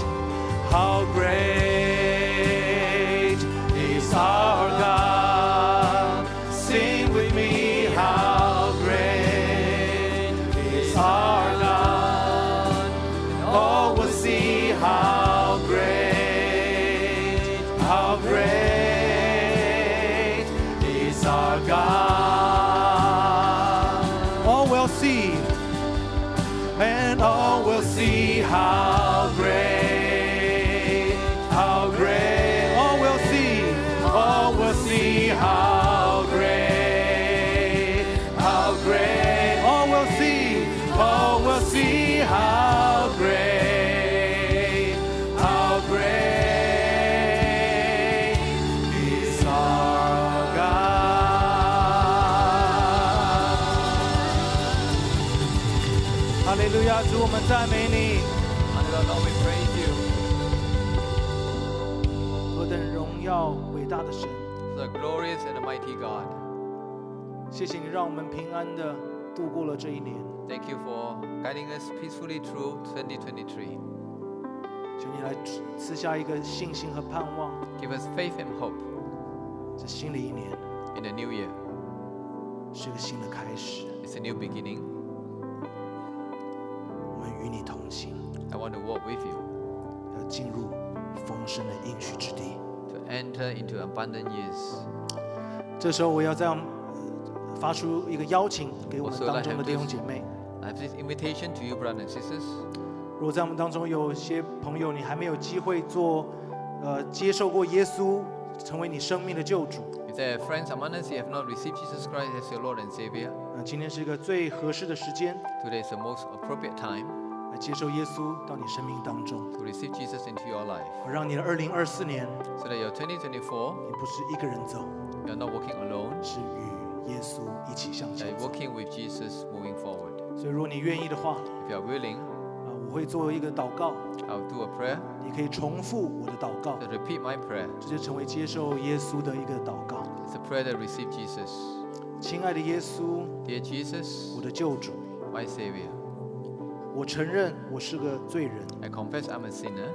Speaker 1: How great is our God? Sing with me, How great is our God? all will Oh, see how great, how great is our God. All will see, and all will see how great, how great. All will see, all will see how great, how great. All will see, all will see how great, how great is our God. 哈利路亚，主，我们赞美你。
Speaker 2: Hallelujah, Lord, we praise you.
Speaker 1: 何等荣耀伟大的神！
Speaker 2: The glorious and mighty God.
Speaker 1: 谢谢你让我们平安的度过了这一年。
Speaker 2: Thank you for guiding us peacefully through 2023.
Speaker 1: 求你来赐下一个信心和盼望，
Speaker 2: Give us faith and hope
Speaker 1: 这新的一年
Speaker 2: in the new year.
Speaker 1: 是个新的开始。
Speaker 2: It's a new beginning.
Speaker 1: 我们与你同行，
Speaker 2: I want to walk with you
Speaker 1: 要进入丰盛的应许之地。
Speaker 2: to enter into abundant years.
Speaker 1: 这时候，我要这样呃发出一个邀请给我们
Speaker 2: 我说
Speaker 1: 当中
Speaker 2: 来
Speaker 1: 的弟兄姐妹。
Speaker 2: I have this invitation to you, brothers and sisters.
Speaker 1: 如果在我们当中有些朋友，你还没有机会做，呃，接受过耶稣成为你生命的救主，
Speaker 2: If there are friends among us who have not received Jesus Christ as your Lord and Savior,
Speaker 1: 那今天是一个最合适的时间
Speaker 2: today is the most appropriate time
Speaker 1: 来接受耶稣到你生命当中。
Speaker 2: to receive Jesus into your life
Speaker 1: 我让你的二零二四年，
Speaker 2: so that your 2024,
Speaker 1: 你不是一个人走，
Speaker 2: you're not walking alone,
Speaker 1: 是与耶稣一起向
Speaker 2: you're
Speaker 1: 前走。
Speaker 2: walking with Jesus moving forward.
Speaker 1: 所以，如果你愿意的话，
Speaker 2: If you are willing,
Speaker 1: 啊，我会做一个祷告，
Speaker 2: I'll do a prayer
Speaker 1: 你可以重复我的祷告，
Speaker 2: to repeat my prayer.
Speaker 1: 这就成为接受耶稣的一个祷告。
Speaker 2: It's a prayer that received Jesus.
Speaker 1: 亲爱的耶稣，
Speaker 2: Dear Jesus,
Speaker 1: 我的救主，
Speaker 2: my Savior,
Speaker 1: 我承认我是个罪人。
Speaker 2: I confess I'm a sinner.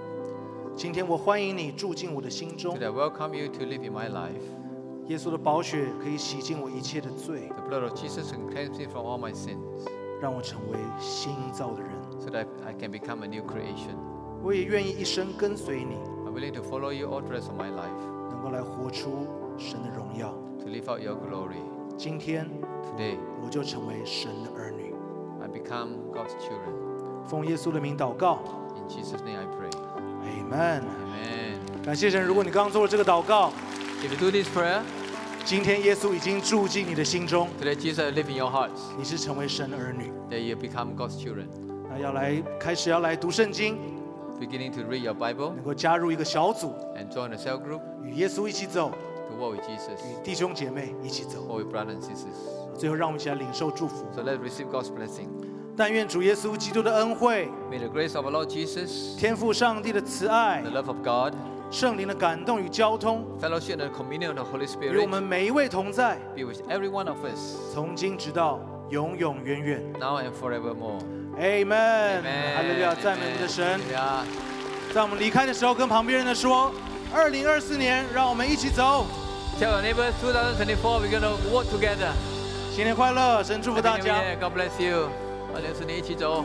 Speaker 1: 今天我欢迎你住进我的心中
Speaker 2: Today，I welcome you to live in my life.
Speaker 1: 耶稣的宝血可以洗净我一切的罪，
Speaker 2: The blood of Jesus can cleanse me from all my sins
Speaker 1: 让我成为新造的人。
Speaker 2: so that I can become a new creation.
Speaker 1: 我也愿意一生跟随你，
Speaker 2: I'm willing to follow you all the rest of my life
Speaker 1: 能够来活出神的荣耀。
Speaker 2: to live out your glory.
Speaker 1: 今天
Speaker 2: Today,
Speaker 1: 我就成为神的儿女。
Speaker 2: I become God's children.
Speaker 1: 奉耶稣的名祷告
Speaker 2: In Jesus' name I pray.
Speaker 1: ，Amen。
Speaker 2: Amen.
Speaker 1: 感谢神，如果你刚刚做了这个祷告，
Speaker 2: If you do this prayer,
Speaker 1: 今天耶稣已经住进你的心中，
Speaker 2: today Jesus live in your hearts,
Speaker 1: 你是成为神的儿女。
Speaker 2: that you become God's children.
Speaker 1: 那要来开始要来读圣经，
Speaker 2: Beginning to read your Bible
Speaker 1: 能够加入一个小组，
Speaker 2: and join a cell group
Speaker 1: 与耶稣一起走，
Speaker 2: to walk with Jesus
Speaker 1: 与弟兄姐妹一起走。
Speaker 2: or with brothers and sisters.
Speaker 1: 最后，让我们一起来领受祝福。
Speaker 2: So let's receive God's blessing.
Speaker 1: 但愿主耶稣基督的恩惠、
Speaker 2: May the grace of our Lord Jesus,
Speaker 1: 天父上帝的慈爱
Speaker 2: the、love of God,
Speaker 1: 圣灵的感动与交通，
Speaker 2: fellowship and communion of the Holy
Speaker 1: 与我
Speaker 2: Spirit
Speaker 1: 们每一位同在，
Speaker 2: be with every one of us
Speaker 1: 从今直到永永远远。
Speaker 2: now and forevermore.
Speaker 1: Amen。
Speaker 2: Amen.
Speaker 1: 哈利路亚，赞美我们的
Speaker 2: Amen.
Speaker 1: 神。
Speaker 2: Hallelujah.
Speaker 1: 在我们离开的时候，跟旁边人的说：“二零二四年，让我们一起走，
Speaker 2: Tell our neighbors 2024, we're going to walk together.
Speaker 1: 新年快乐！神祝福大
Speaker 2: Happy New
Speaker 1: 家。”
Speaker 2: Year. God bless you. 2024年一起走。